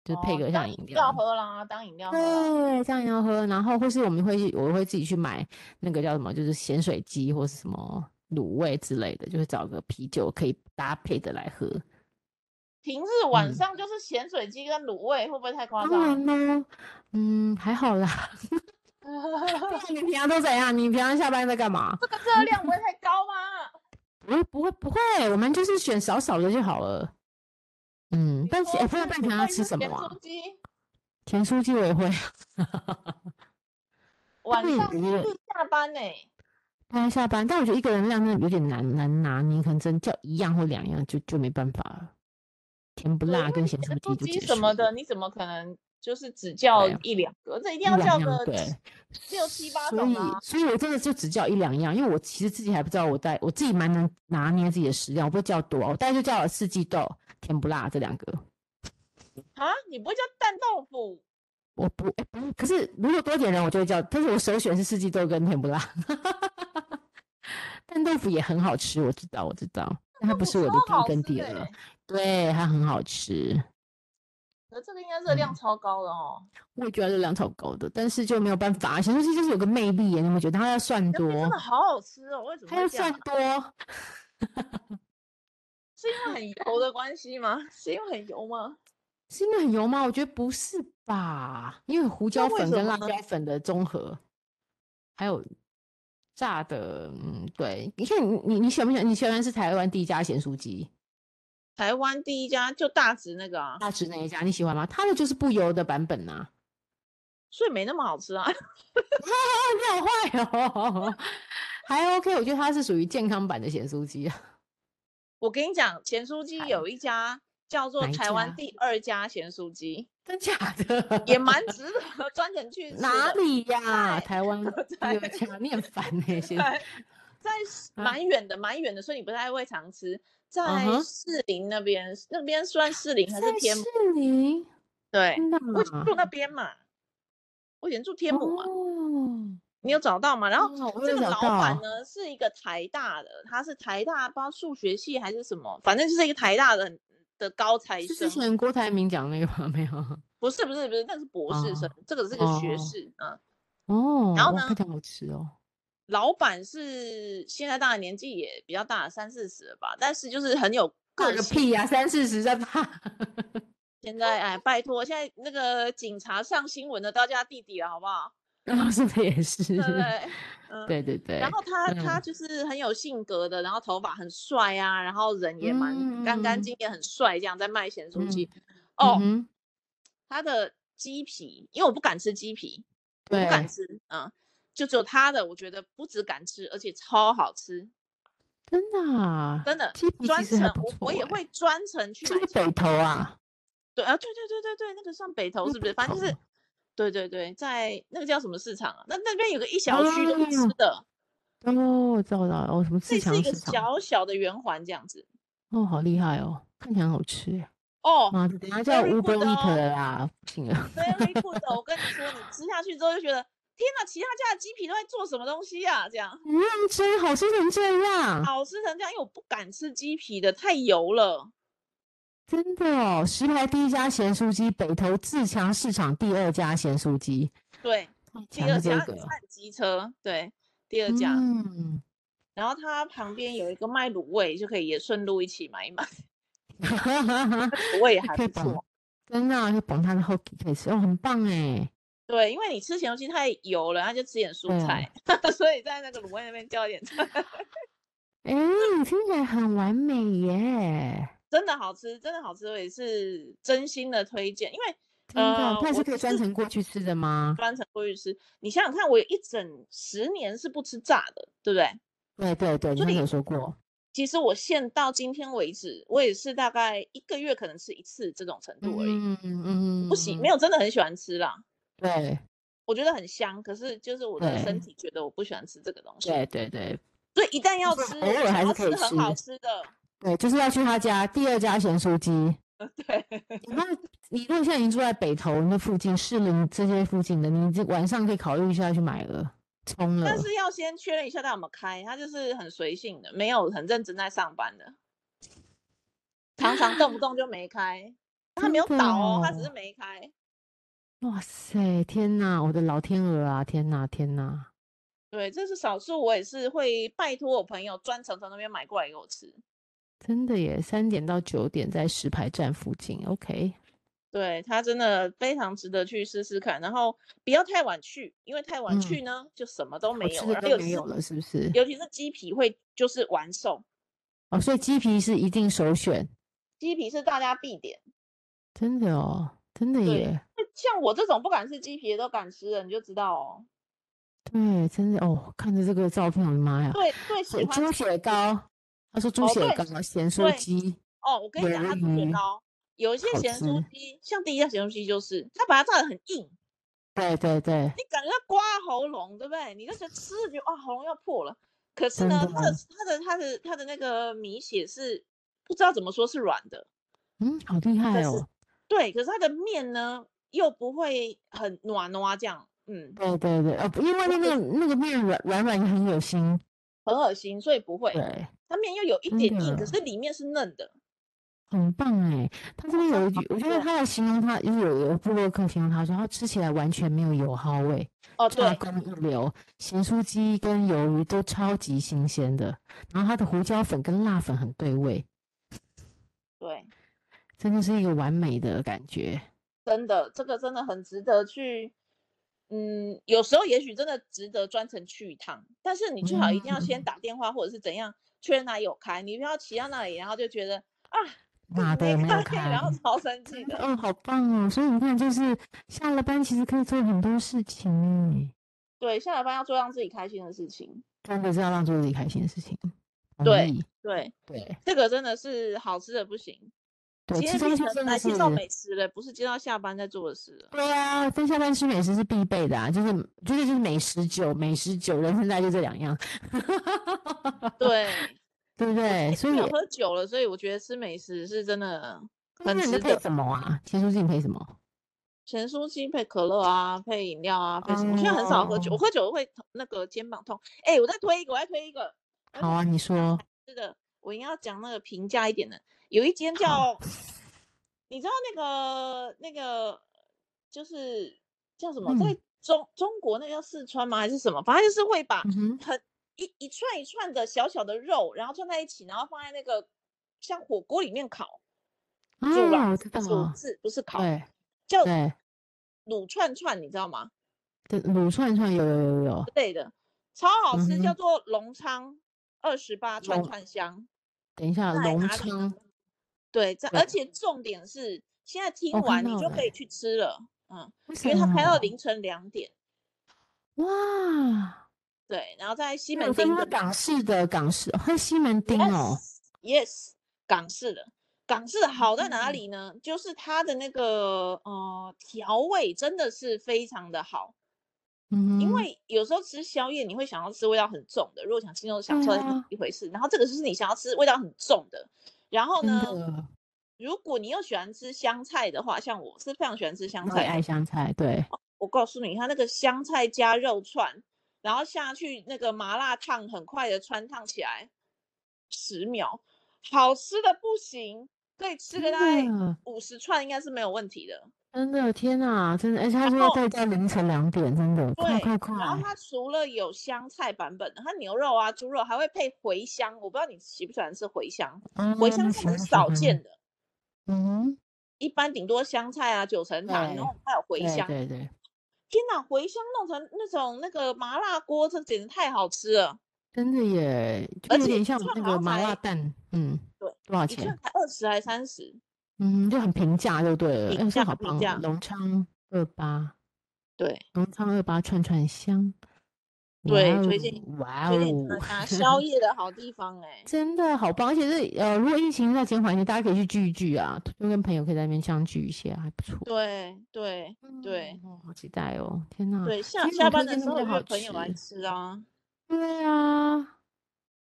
[SPEAKER 1] 就是配
[SPEAKER 2] 哦
[SPEAKER 1] 个
[SPEAKER 2] 当
[SPEAKER 1] 像饮
[SPEAKER 2] 料
[SPEAKER 1] 料。啊
[SPEAKER 2] 喝啦，当饮料喝啦。
[SPEAKER 1] 对，啊这样要喝，然后或是我们会去，我会自己去买那个叫什么，就是咸水鸡或是什么卤味之类的，就是找个啤酒可以搭配的来喝。
[SPEAKER 2] 平日晚
[SPEAKER 1] 嗯
[SPEAKER 2] 上就是咸水鸡跟卤味，会不会太夸
[SPEAKER 1] 当然
[SPEAKER 2] 张？
[SPEAKER 1] 喽，嗯，还好 啦。 不然你平常都怎样？你平常下班在干嘛？
[SPEAKER 2] 这个热量不会太高吗？
[SPEAKER 1] 不会不会不会，我们就是选少少的就好了。嗯， 但是哎，不知道半糖要吃什么啊？？
[SPEAKER 2] 鸡
[SPEAKER 1] 甜酥鸡我也会，
[SPEAKER 2] 晚
[SPEAKER 1] 对
[SPEAKER 2] 上
[SPEAKER 1] 我
[SPEAKER 2] 是
[SPEAKER 1] 也
[SPEAKER 2] 下班呢、
[SPEAKER 1] 大家下班，但我觉得一个人量真的有点难难拿捏，可能真叫一样或两样就就没办法了。甜不
[SPEAKER 2] 对
[SPEAKER 1] 辣
[SPEAKER 2] 因为
[SPEAKER 1] 跟
[SPEAKER 2] 你
[SPEAKER 1] 咸
[SPEAKER 2] 咸
[SPEAKER 1] 酥
[SPEAKER 2] 酥
[SPEAKER 1] 鸡就
[SPEAKER 2] 鸡
[SPEAKER 1] 结
[SPEAKER 2] 什
[SPEAKER 1] 束
[SPEAKER 2] 么的，
[SPEAKER 1] 了，
[SPEAKER 2] 你怎么可能就是只叫
[SPEAKER 1] 对啊
[SPEAKER 2] 一两个？这一
[SPEAKER 1] 一
[SPEAKER 2] 定要叫
[SPEAKER 1] 两样
[SPEAKER 2] 个
[SPEAKER 1] 对。
[SPEAKER 2] 六七八
[SPEAKER 1] 所
[SPEAKER 2] 种
[SPEAKER 1] 以
[SPEAKER 2] 啊！，
[SPEAKER 1] 所以我真的就只叫一两样，因为我其实自己还不知道我带，我自己蛮能拿捏自己的食量，我不会叫多啊，我大概就叫了四季豆、甜不辣这两个。
[SPEAKER 2] 啊，你不会叫蛋豆腐？
[SPEAKER 1] 我不，哎不是可是如果多点人，我就会叫。但是我首选是四季豆跟甜不辣， 但豆腐也很好吃，我知道，我知道，但它
[SPEAKER 2] 豆
[SPEAKER 1] 不
[SPEAKER 2] 腐
[SPEAKER 1] 是我的
[SPEAKER 2] 超
[SPEAKER 1] 第一
[SPEAKER 2] 好
[SPEAKER 1] 跟
[SPEAKER 2] 吃
[SPEAKER 1] 第
[SPEAKER 2] 欸
[SPEAKER 1] 二，对，它很好吃。
[SPEAKER 2] 可是这个应该热量
[SPEAKER 1] 嗯
[SPEAKER 2] 超高的哦。
[SPEAKER 1] 我也觉得热量超高的，但是就没有办法，咸酥鸡就是有个魅力耶，你们觉得它要算
[SPEAKER 2] 那边真
[SPEAKER 1] 多
[SPEAKER 2] 的，好好吃哦，为什么
[SPEAKER 1] 它要
[SPEAKER 2] 会这样
[SPEAKER 1] 算
[SPEAKER 2] 啊？
[SPEAKER 1] 多，
[SPEAKER 2] 是因为很油的关系吗？ 是因为很油吗？
[SPEAKER 1] 是因为很油吗？我觉得不是吧，因为胡
[SPEAKER 2] 那
[SPEAKER 1] 椒
[SPEAKER 2] 为
[SPEAKER 1] 粉
[SPEAKER 2] 什
[SPEAKER 1] 跟
[SPEAKER 2] 么
[SPEAKER 1] 辣
[SPEAKER 2] 呢
[SPEAKER 1] 椒粉的综合，还有炸的，嗯，对，你看你你你喜不喜欢？你喜欢是台湾第一家咸酥鸡？
[SPEAKER 2] 台湾第一家就大直那个啊，
[SPEAKER 1] 大直那一家你喜欢吗？它的就是不油的版本呐、 啊。
[SPEAKER 2] 所以没那么好吃啊。
[SPEAKER 1] 你好坏哦， 还 OK，我觉得它是属于健康版的咸酥鸡啊。
[SPEAKER 2] 我跟你讲，咸酥鸡
[SPEAKER 1] 台
[SPEAKER 2] 有一家叫做
[SPEAKER 1] 哪一
[SPEAKER 2] 台湾
[SPEAKER 1] 家
[SPEAKER 2] 第二家咸酥鸡，
[SPEAKER 1] 真假的？
[SPEAKER 2] 也啊蛮值得专程去吃
[SPEAKER 1] 哪
[SPEAKER 2] 的。
[SPEAKER 1] 里呀、
[SPEAKER 2] 在
[SPEAKER 1] 台湾第
[SPEAKER 2] 在
[SPEAKER 1] 二家念烦呢、先
[SPEAKER 2] 在在
[SPEAKER 1] 啊
[SPEAKER 2] 蛮远的，蛮远的，所以你不太会常吃。在
[SPEAKER 1] 嗯哼
[SPEAKER 2] 士林那边，那边算士林还是
[SPEAKER 1] 在
[SPEAKER 2] 天
[SPEAKER 1] 士
[SPEAKER 2] 母？哎
[SPEAKER 1] 林，
[SPEAKER 2] 对，
[SPEAKER 1] 真的
[SPEAKER 2] 我以前
[SPEAKER 1] 啊
[SPEAKER 2] 住那边嘛，我以前住天母嘛，啊
[SPEAKER 1] 哦，
[SPEAKER 2] 你有找到吗？然后
[SPEAKER 1] 哦我
[SPEAKER 2] 这
[SPEAKER 1] 有
[SPEAKER 2] 个
[SPEAKER 1] 找
[SPEAKER 2] 老板
[SPEAKER 1] 到
[SPEAKER 2] 呢是一个台大的，他是台大不知道数学系还是什么，反正就是一个台大的嗯的高材
[SPEAKER 1] 是之
[SPEAKER 2] 生，
[SPEAKER 1] 前郭台铭讲那个吗？ 没有。
[SPEAKER 2] 不是不是不是，那是博士生，这个是个学
[SPEAKER 1] 哦
[SPEAKER 2] 士啊。
[SPEAKER 1] 哦，
[SPEAKER 2] 然后
[SPEAKER 1] 哇
[SPEAKER 2] 呢
[SPEAKER 1] 看起来好吃哦。
[SPEAKER 2] 老板是现在当然年纪也比较大，三四十了吧，但是就是很有
[SPEAKER 1] 怕
[SPEAKER 2] 个
[SPEAKER 1] 个
[SPEAKER 2] 性。
[SPEAKER 1] 屁呀、三四十在 怕。
[SPEAKER 2] 现在哎，拜托，现在那个警察上新闻的都要叫他弟弟了，好不好？
[SPEAKER 1] 然后是不是也是？
[SPEAKER 2] 对不 对？嗯。
[SPEAKER 1] 对对对。
[SPEAKER 2] 然后他他
[SPEAKER 1] 嗯
[SPEAKER 2] 就是很有性格的，然后头发很帅啊，然后人也蛮干
[SPEAKER 1] 嗯
[SPEAKER 2] 干净净，很帅，这样在卖咸酥鸡。
[SPEAKER 1] 嗯
[SPEAKER 2] 哦，
[SPEAKER 1] 哼
[SPEAKER 2] 他的鸡皮，因为我不敢吃鸡皮，我不敢
[SPEAKER 1] 对，
[SPEAKER 2] 吃，嗯，就只有他的，我觉得不止敢吃，而且超好吃，
[SPEAKER 1] 真的啊，
[SPEAKER 2] 真的
[SPEAKER 1] 鸡皮
[SPEAKER 2] 专
[SPEAKER 1] 其实还
[SPEAKER 2] 程
[SPEAKER 1] 不
[SPEAKER 2] 我
[SPEAKER 1] 错
[SPEAKER 2] 我也
[SPEAKER 1] 欸
[SPEAKER 2] 会专程去
[SPEAKER 1] 是
[SPEAKER 2] 买
[SPEAKER 1] 不是
[SPEAKER 2] 超
[SPEAKER 1] 北投啊？
[SPEAKER 2] 对啊，对对对对对，那个算北投
[SPEAKER 1] 那
[SPEAKER 2] 是不是？
[SPEAKER 1] 北
[SPEAKER 2] 反正就
[SPEAKER 1] 投啊
[SPEAKER 2] 是，对对对，在那个叫什么市场啊？那那边有个一小区都是吃
[SPEAKER 1] 哦
[SPEAKER 2] 的，
[SPEAKER 1] 哦，我知道，我知道，哦，什么
[SPEAKER 2] 这
[SPEAKER 1] 自
[SPEAKER 2] 是一
[SPEAKER 1] 强
[SPEAKER 2] 个
[SPEAKER 1] 市场，
[SPEAKER 2] 小小的圆环这样子。
[SPEAKER 1] 哦，好厉害哦，看起来很好吃耶。
[SPEAKER 2] 哦
[SPEAKER 1] 妈的，等一下叫
[SPEAKER 2] very
[SPEAKER 1] Uber
[SPEAKER 2] good
[SPEAKER 1] Eat
[SPEAKER 2] 哦
[SPEAKER 1] 了啦，不行了。
[SPEAKER 2] ，very good 哦我跟你说，你吃下去之后就觉得，天哪，其他家的鸡皮都在做什么东西啊？这样
[SPEAKER 1] 你认嗯真，好吃成这样，
[SPEAKER 2] 好吃成这样，因为我不敢吃鸡皮的，太油了。
[SPEAKER 1] 真的哦！石牌第一家咸酥鸡，北投自强市场第二家咸酥鸡，
[SPEAKER 2] 对，
[SPEAKER 1] 太
[SPEAKER 2] 第
[SPEAKER 1] 强
[SPEAKER 2] 二
[SPEAKER 1] 了这
[SPEAKER 2] 家
[SPEAKER 1] 个。
[SPEAKER 2] 看机车，对，第二家，
[SPEAKER 1] 啊嗯，
[SPEAKER 2] 然后它旁边有一个卖卤味，就可以也顺路一起买一买，卤味也还
[SPEAKER 1] 可以
[SPEAKER 2] 不
[SPEAKER 1] 绑
[SPEAKER 2] 错。，
[SPEAKER 1] 真的啊可以绑它的后腿可以吃，哦，很棒哎。
[SPEAKER 2] 对，因为你吃咸东西太油了，他就吃点蔬
[SPEAKER 1] 对啊
[SPEAKER 2] 菜， 所以在那个卤味那边浇一点菜，
[SPEAKER 1] 哎，听起来很完美耶！
[SPEAKER 2] 真的好吃，真的好吃，我也是真心的推荐。因为
[SPEAKER 1] 真的，
[SPEAKER 2] 呃
[SPEAKER 1] 它也是
[SPEAKER 2] 我
[SPEAKER 1] 可以
[SPEAKER 2] 其
[SPEAKER 1] 专
[SPEAKER 2] 实
[SPEAKER 1] 程过去吃的吗？
[SPEAKER 2] 专程过去吃，你想想看，我有一整十年是不吃炸的，对不
[SPEAKER 1] 对
[SPEAKER 2] 对？
[SPEAKER 1] 对对，你
[SPEAKER 2] 所
[SPEAKER 1] 上次
[SPEAKER 2] 以
[SPEAKER 1] 有说过，
[SPEAKER 2] 其实我现到今天为止，我也是大概一个月可能吃一次这种程度而已，
[SPEAKER 1] 嗯嗯，
[SPEAKER 2] 不行，没
[SPEAKER 1] 有
[SPEAKER 2] 有真的很喜欢吃啦。
[SPEAKER 1] 对
[SPEAKER 2] 我觉得很香，可是就是我的身
[SPEAKER 1] 对
[SPEAKER 2] 体觉得我不喜欢吃这个东西，
[SPEAKER 1] 对对对
[SPEAKER 2] 所以一旦要
[SPEAKER 1] 是
[SPEAKER 2] 吃，
[SPEAKER 1] 偶
[SPEAKER 2] 我
[SPEAKER 1] 尔
[SPEAKER 2] 想
[SPEAKER 1] 还是
[SPEAKER 2] 要
[SPEAKER 1] 可以
[SPEAKER 2] 吃很好
[SPEAKER 1] 吃
[SPEAKER 2] 吃的，
[SPEAKER 1] 对，就是要去他家第二家咸酥鸡。
[SPEAKER 2] 对。
[SPEAKER 1] 哦那你如果现在已经住在北投那附近、士林这些附近的，你这晚上可以考虑一下去买了，冲了
[SPEAKER 2] 但。是要先确认一下他有没有开，他就是很随性的，没有很认真在上班的，常常动不动就没开。他没有
[SPEAKER 1] 真的
[SPEAKER 2] 倒哦，他只
[SPEAKER 1] 哦
[SPEAKER 2] 是没开。
[SPEAKER 1] 哇塞，天哪，我的老天鹅啊！天哪，天哪！
[SPEAKER 2] 对，这是少数，我也是会拜托我朋友专程从那边买过来给我吃。
[SPEAKER 1] 真的耶，三点到九点在石牌站附近。OK，
[SPEAKER 2] 对他真的非常值得去试试看，然后不要太晚去，因为太晚
[SPEAKER 1] 嗯
[SPEAKER 2] 去呢，就什么都
[SPEAKER 1] 我
[SPEAKER 2] 没有啊
[SPEAKER 1] 吃
[SPEAKER 2] 了，
[SPEAKER 1] 的
[SPEAKER 2] 然
[SPEAKER 1] 都
[SPEAKER 2] 后尤
[SPEAKER 1] 没
[SPEAKER 2] 其是
[SPEAKER 1] 有了，是不是？
[SPEAKER 2] 尤其是鸡皮会就是完售，
[SPEAKER 1] 哦，所以鸡皮是一定首选，
[SPEAKER 2] 鸡皮是大家必点。
[SPEAKER 1] 真的哦，真的
[SPEAKER 2] 对
[SPEAKER 1] 耶，
[SPEAKER 2] 像我这种不敢吃鸡皮的都敢吃了，你就知道哦。
[SPEAKER 1] 对，真的哦。看着这个照片，我的妈呀！
[SPEAKER 2] 对对，喜
[SPEAKER 1] 血
[SPEAKER 2] 欢
[SPEAKER 1] 猪
[SPEAKER 2] 吃
[SPEAKER 1] 血糕，他说猪
[SPEAKER 2] 哦
[SPEAKER 1] 血
[SPEAKER 2] 对
[SPEAKER 1] 糕、咸酥
[SPEAKER 2] 对
[SPEAKER 1] 鸡，
[SPEAKER 2] 哦，我跟你讲，
[SPEAKER 1] 鲔
[SPEAKER 2] 它猪血
[SPEAKER 1] 鱼
[SPEAKER 2] 糕有一些
[SPEAKER 1] 嗯好
[SPEAKER 2] 咸酥
[SPEAKER 1] 吃
[SPEAKER 2] 鸡，像第一家咸酥鸡就是，它把它炸得很硬，你
[SPEAKER 1] 对对对，
[SPEAKER 2] 感觉它刮喉咙，对不对？你就觉得吃着觉得哇，喉咙要破了。可是
[SPEAKER 1] 真
[SPEAKER 2] 呢，
[SPEAKER 1] 的
[SPEAKER 2] 它的它的它的它的那个米血是不知道怎么说是软的，
[SPEAKER 1] 嗯，好厉害
[SPEAKER 2] 是
[SPEAKER 1] 哦。
[SPEAKER 2] 对，可是它的面呢又不会很软软这样，嗯，
[SPEAKER 1] 对对对，呃，不因为那个那个面软软软也很有心，
[SPEAKER 2] 很恶心，所以不会。
[SPEAKER 1] 对，
[SPEAKER 2] 它面又有一
[SPEAKER 1] 真
[SPEAKER 2] 点硬，可
[SPEAKER 1] 的
[SPEAKER 2] 是里面是嫩的。
[SPEAKER 1] 很棒哎。他这边有一句，我觉得
[SPEAKER 2] 对
[SPEAKER 1] 他在形容他，就是有有部落客形容他说，他吃起来完全没有油耗味，
[SPEAKER 2] 哦，
[SPEAKER 1] 炸
[SPEAKER 2] 对，
[SPEAKER 1] 工一流，咸酥鸡跟鱿鱼都超级新鲜的，然后他的胡椒粉跟辣粉很对味，
[SPEAKER 2] 对，
[SPEAKER 1] 真的是一个完美的感觉。
[SPEAKER 2] 真的，这个真的很值得去。嗯，有时候也许真的值得专程去一趟，但是你最好一定要先
[SPEAKER 1] 嗯
[SPEAKER 2] 打电话或者是怎样确认他有开，你不要骑到那里，然后就觉得啊
[SPEAKER 1] 妈的，
[SPEAKER 2] 没
[SPEAKER 1] 没 有
[SPEAKER 2] 开，然
[SPEAKER 1] 开
[SPEAKER 2] 后。超生气
[SPEAKER 1] 真的
[SPEAKER 2] 的。
[SPEAKER 1] 哦，好棒哦！所以你看，就是下了班其实可以做很多事情哎，
[SPEAKER 2] 对，下了班要做让自己开心的事情。
[SPEAKER 1] 真的是要让做自己开心的事情。同
[SPEAKER 2] 对
[SPEAKER 1] 意
[SPEAKER 2] 对，
[SPEAKER 1] 对
[SPEAKER 2] 这个真的是好吃的不行。
[SPEAKER 1] 对，
[SPEAKER 2] 今
[SPEAKER 1] 吃东
[SPEAKER 2] 天变
[SPEAKER 1] 西
[SPEAKER 2] 成
[SPEAKER 1] 真的
[SPEAKER 2] 来
[SPEAKER 1] 是
[SPEAKER 2] 介绍美食了，不是介绍下班在做的事 了。
[SPEAKER 1] 对啊，在下班吃美食是必备的啊，就是就是就是美食酒，美食酒，人生大概就这两样，
[SPEAKER 2] 对，
[SPEAKER 1] 对不对？所
[SPEAKER 2] 因
[SPEAKER 1] 以
[SPEAKER 2] 为我喝酒了，所以我觉得吃美食是真的
[SPEAKER 1] 那
[SPEAKER 2] 很
[SPEAKER 1] 你
[SPEAKER 2] 值
[SPEAKER 1] 在配
[SPEAKER 2] 得。
[SPEAKER 1] 什么啊？提出你配什么？
[SPEAKER 2] 咸酥鸡配可乐啊，配饮料啊，配什么？我现在很少喝酒，我
[SPEAKER 1] 哦
[SPEAKER 2] 喝酒会头那个肩膀痛。哎、我再推一个，我再推一个。我要
[SPEAKER 1] 好啊，你说
[SPEAKER 2] 吃的，我应该要讲那个平价一点的。有一间
[SPEAKER 1] 好
[SPEAKER 2] 叫，你知道那个那个就是叫什么，在
[SPEAKER 1] 嗯
[SPEAKER 2] 中中国那个叫四川吗？还是什么？反正就是会把
[SPEAKER 1] 嗯哼，
[SPEAKER 2] 很一一串一串的小小的肉，然后串在一起，然后放在那个像火锅里面烤，煮
[SPEAKER 1] 啊，
[SPEAKER 2] 啦，
[SPEAKER 1] 我知道
[SPEAKER 2] 煮
[SPEAKER 1] 了，
[SPEAKER 2] 是不是烤？
[SPEAKER 1] 对
[SPEAKER 2] 叫
[SPEAKER 1] 对，
[SPEAKER 2] 卤串串，你知道吗？
[SPEAKER 1] 对卤串串有有有有，
[SPEAKER 2] 之类的，超好吃，
[SPEAKER 1] 嗯
[SPEAKER 2] 叫
[SPEAKER 1] 哼
[SPEAKER 2] 做隆昌二十八串
[SPEAKER 1] 龙
[SPEAKER 2] 串香。
[SPEAKER 1] 等一下，
[SPEAKER 2] 在
[SPEAKER 1] 隆
[SPEAKER 2] 哪里呢
[SPEAKER 1] 昌，
[SPEAKER 2] 对，这而
[SPEAKER 1] 对
[SPEAKER 2] 且重点是，现在听
[SPEAKER 1] 我看
[SPEAKER 2] 完你
[SPEAKER 1] 到
[SPEAKER 2] 就
[SPEAKER 1] 了哦
[SPEAKER 2] 可以去吃了，嗯，
[SPEAKER 1] 为
[SPEAKER 2] 因
[SPEAKER 1] 什
[SPEAKER 2] 为它开到
[SPEAKER 1] 么？
[SPEAKER 2] 凌晨两点，
[SPEAKER 1] 哇，
[SPEAKER 2] 对，然后在西
[SPEAKER 1] 有
[SPEAKER 2] 门
[SPEAKER 1] 分
[SPEAKER 2] 町
[SPEAKER 1] 它
[SPEAKER 2] 的
[SPEAKER 1] 港式的港式，哦，西门町哦，嗯
[SPEAKER 2] Yes，港式的。港式好在哪里呢？就是它的那个呃调味真的是非常的好，
[SPEAKER 1] 嗯哼，
[SPEAKER 2] 因为有时候吃宵夜你会想要吃味道很重的，如果想轻松享
[SPEAKER 1] 对
[SPEAKER 2] 受
[SPEAKER 1] 啊
[SPEAKER 2] 一回事，然后这个就是你想要吃味道很重的。然后
[SPEAKER 1] 真
[SPEAKER 2] 呢，
[SPEAKER 1] 的
[SPEAKER 2] 如果你又喜欢吃香菜的话，像我是非常喜欢吃香
[SPEAKER 1] 我也
[SPEAKER 2] 菜哦的
[SPEAKER 1] 爱香菜，对，
[SPEAKER 2] 我告诉你，它那个香菜加肉串，然后下去那个麻辣烫，很快的穿烫起来，十秒，好吃的不行，可以吃个
[SPEAKER 1] 真
[SPEAKER 2] 大概
[SPEAKER 1] 的
[SPEAKER 2] 五十串，应该是没有问题的。
[SPEAKER 1] 真的天啊，真的，而且他
[SPEAKER 2] 然
[SPEAKER 1] 说要
[SPEAKER 2] 后
[SPEAKER 1] 在在凌晨两点，真的快
[SPEAKER 2] 对，
[SPEAKER 1] 快快，
[SPEAKER 2] 然后它除了有香菜版本的，它牛肉啊、猪肉还会配茴香，我不知道你喜不喜欢吃茴香，茴
[SPEAKER 1] 嗯
[SPEAKER 2] 香是
[SPEAKER 1] 喜
[SPEAKER 2] 很
[SPEAKER 1] 欢喜
[SPEAKER 2] 少
[SPEAKER 1] 欢
[SPEAKER 2] 见的，
[SPEAKER 1] 嗯
[SPEAKER 2] 一般顶多香菜啊、九层塔，然
[SPEAKER 1] 对
[SPEAKER 2] 后还有茴
[SPEAKER 1] 哼，
[SPEAKER 2] 香。
[SPEAKER 1] 对对对，
[SPEAKER 2] 天哪，茴香弄成那种那个麻辣锅，这简直太好吃了。
[SPEAKER 1] 真的耶，就
[SPEAKER 2] 而
[SPEAKER 1] 有
[SPEAKER 2] 且
[SPEAKER 1] 点
[SPEAKER 2] 一
[SPEAKER 1] 像我们那
[SPEAKER 2] 串好
[SPEAKER 1] 个
[SPEAKER 2] 像
[SPEAKER 1] 麻辣
[SPEAKER 2] 才
[SPEAKER 1] 蛋，嗯，
[SPEAKER 2] 对，
[SPEAKER 1] 多少
[SPEAKER 2] 一串
[SPEAKER 1] 钱？
[SPEAKER 2] 才二十还三十，
[SPEAKER 1] 嗯，就很平价就对了，
[SPEAKER 2] 平
[SPEAKER 1] 哎，说
[SPEAKER 2] 价
[SPEAKER 1] 好
[SPEAKER 2] 平
[SPEAKER 1] 棒
[SPEAKER 2] 价
[SPEAKER 1] 哦，隆昌二八，
[SPEAKER 2] 对
[SPEAKER 1] 隆昌二八串串香，哇
[SPEAKER 2] 对，
[SPEAKER 1] 哦
[SPEAKER 2] 推荐
[SPEAKER 1] 哇
[SPEAKER 2] 推荐
[SPEAKER 1] 哦
[SPEAKER 2] 大， 家宵夜的好地方哎、
[SPEAKER 1] 真的好棒，而且是呃，如果疫情在减缓一些，大家可以去聚一聚啊，就跟朋友可以在那边相聚一下，还不错。
[SPEAKER 2] 对对对
[SPEAKER 1] 嗯，哦好期待哦！天哪，
[SPEAKER 2] 对，
[SPEAKER 1] 其
[SPEAKER 2] 下
[SPEAKER 1] 实
[SPEAKER 2] 下
[SPEAKER 1] 我
[SPEAKER 2] 班
[SPEAKER 1] 推
[SPEAKER 2] 的
[SPEAKER 1] 荐
[SPEAKER 2] 时
[SPEAKER 1] 那么
[SPEAKER 2] 候
[SPEAKER 1] 多好
[SPEAKER 2] 约朋
[SPEAKER 1] 吃
[SPEAKER 2] 友，来吃啊。
[SPEAKER 1] 对啊，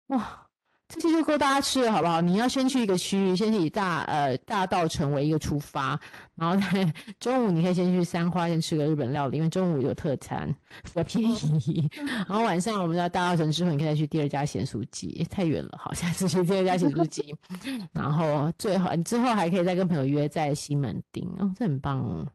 [SPEAKER 1] 哇，这些就够大家吃了，好不好？你要先去一个区域，先以大呃大道城为一个出发，然后再中午你可以先去三花先吃个日本料理，因为中午有特餐，比较便宜。然后晚上我们到大道城之后，你可以再去第二家咸酥鸡，诶太远了，好，下次去第二家咸酥 鸡，然后最后你之后还可以再跟朋友约在西门町，哦，这很棒哦，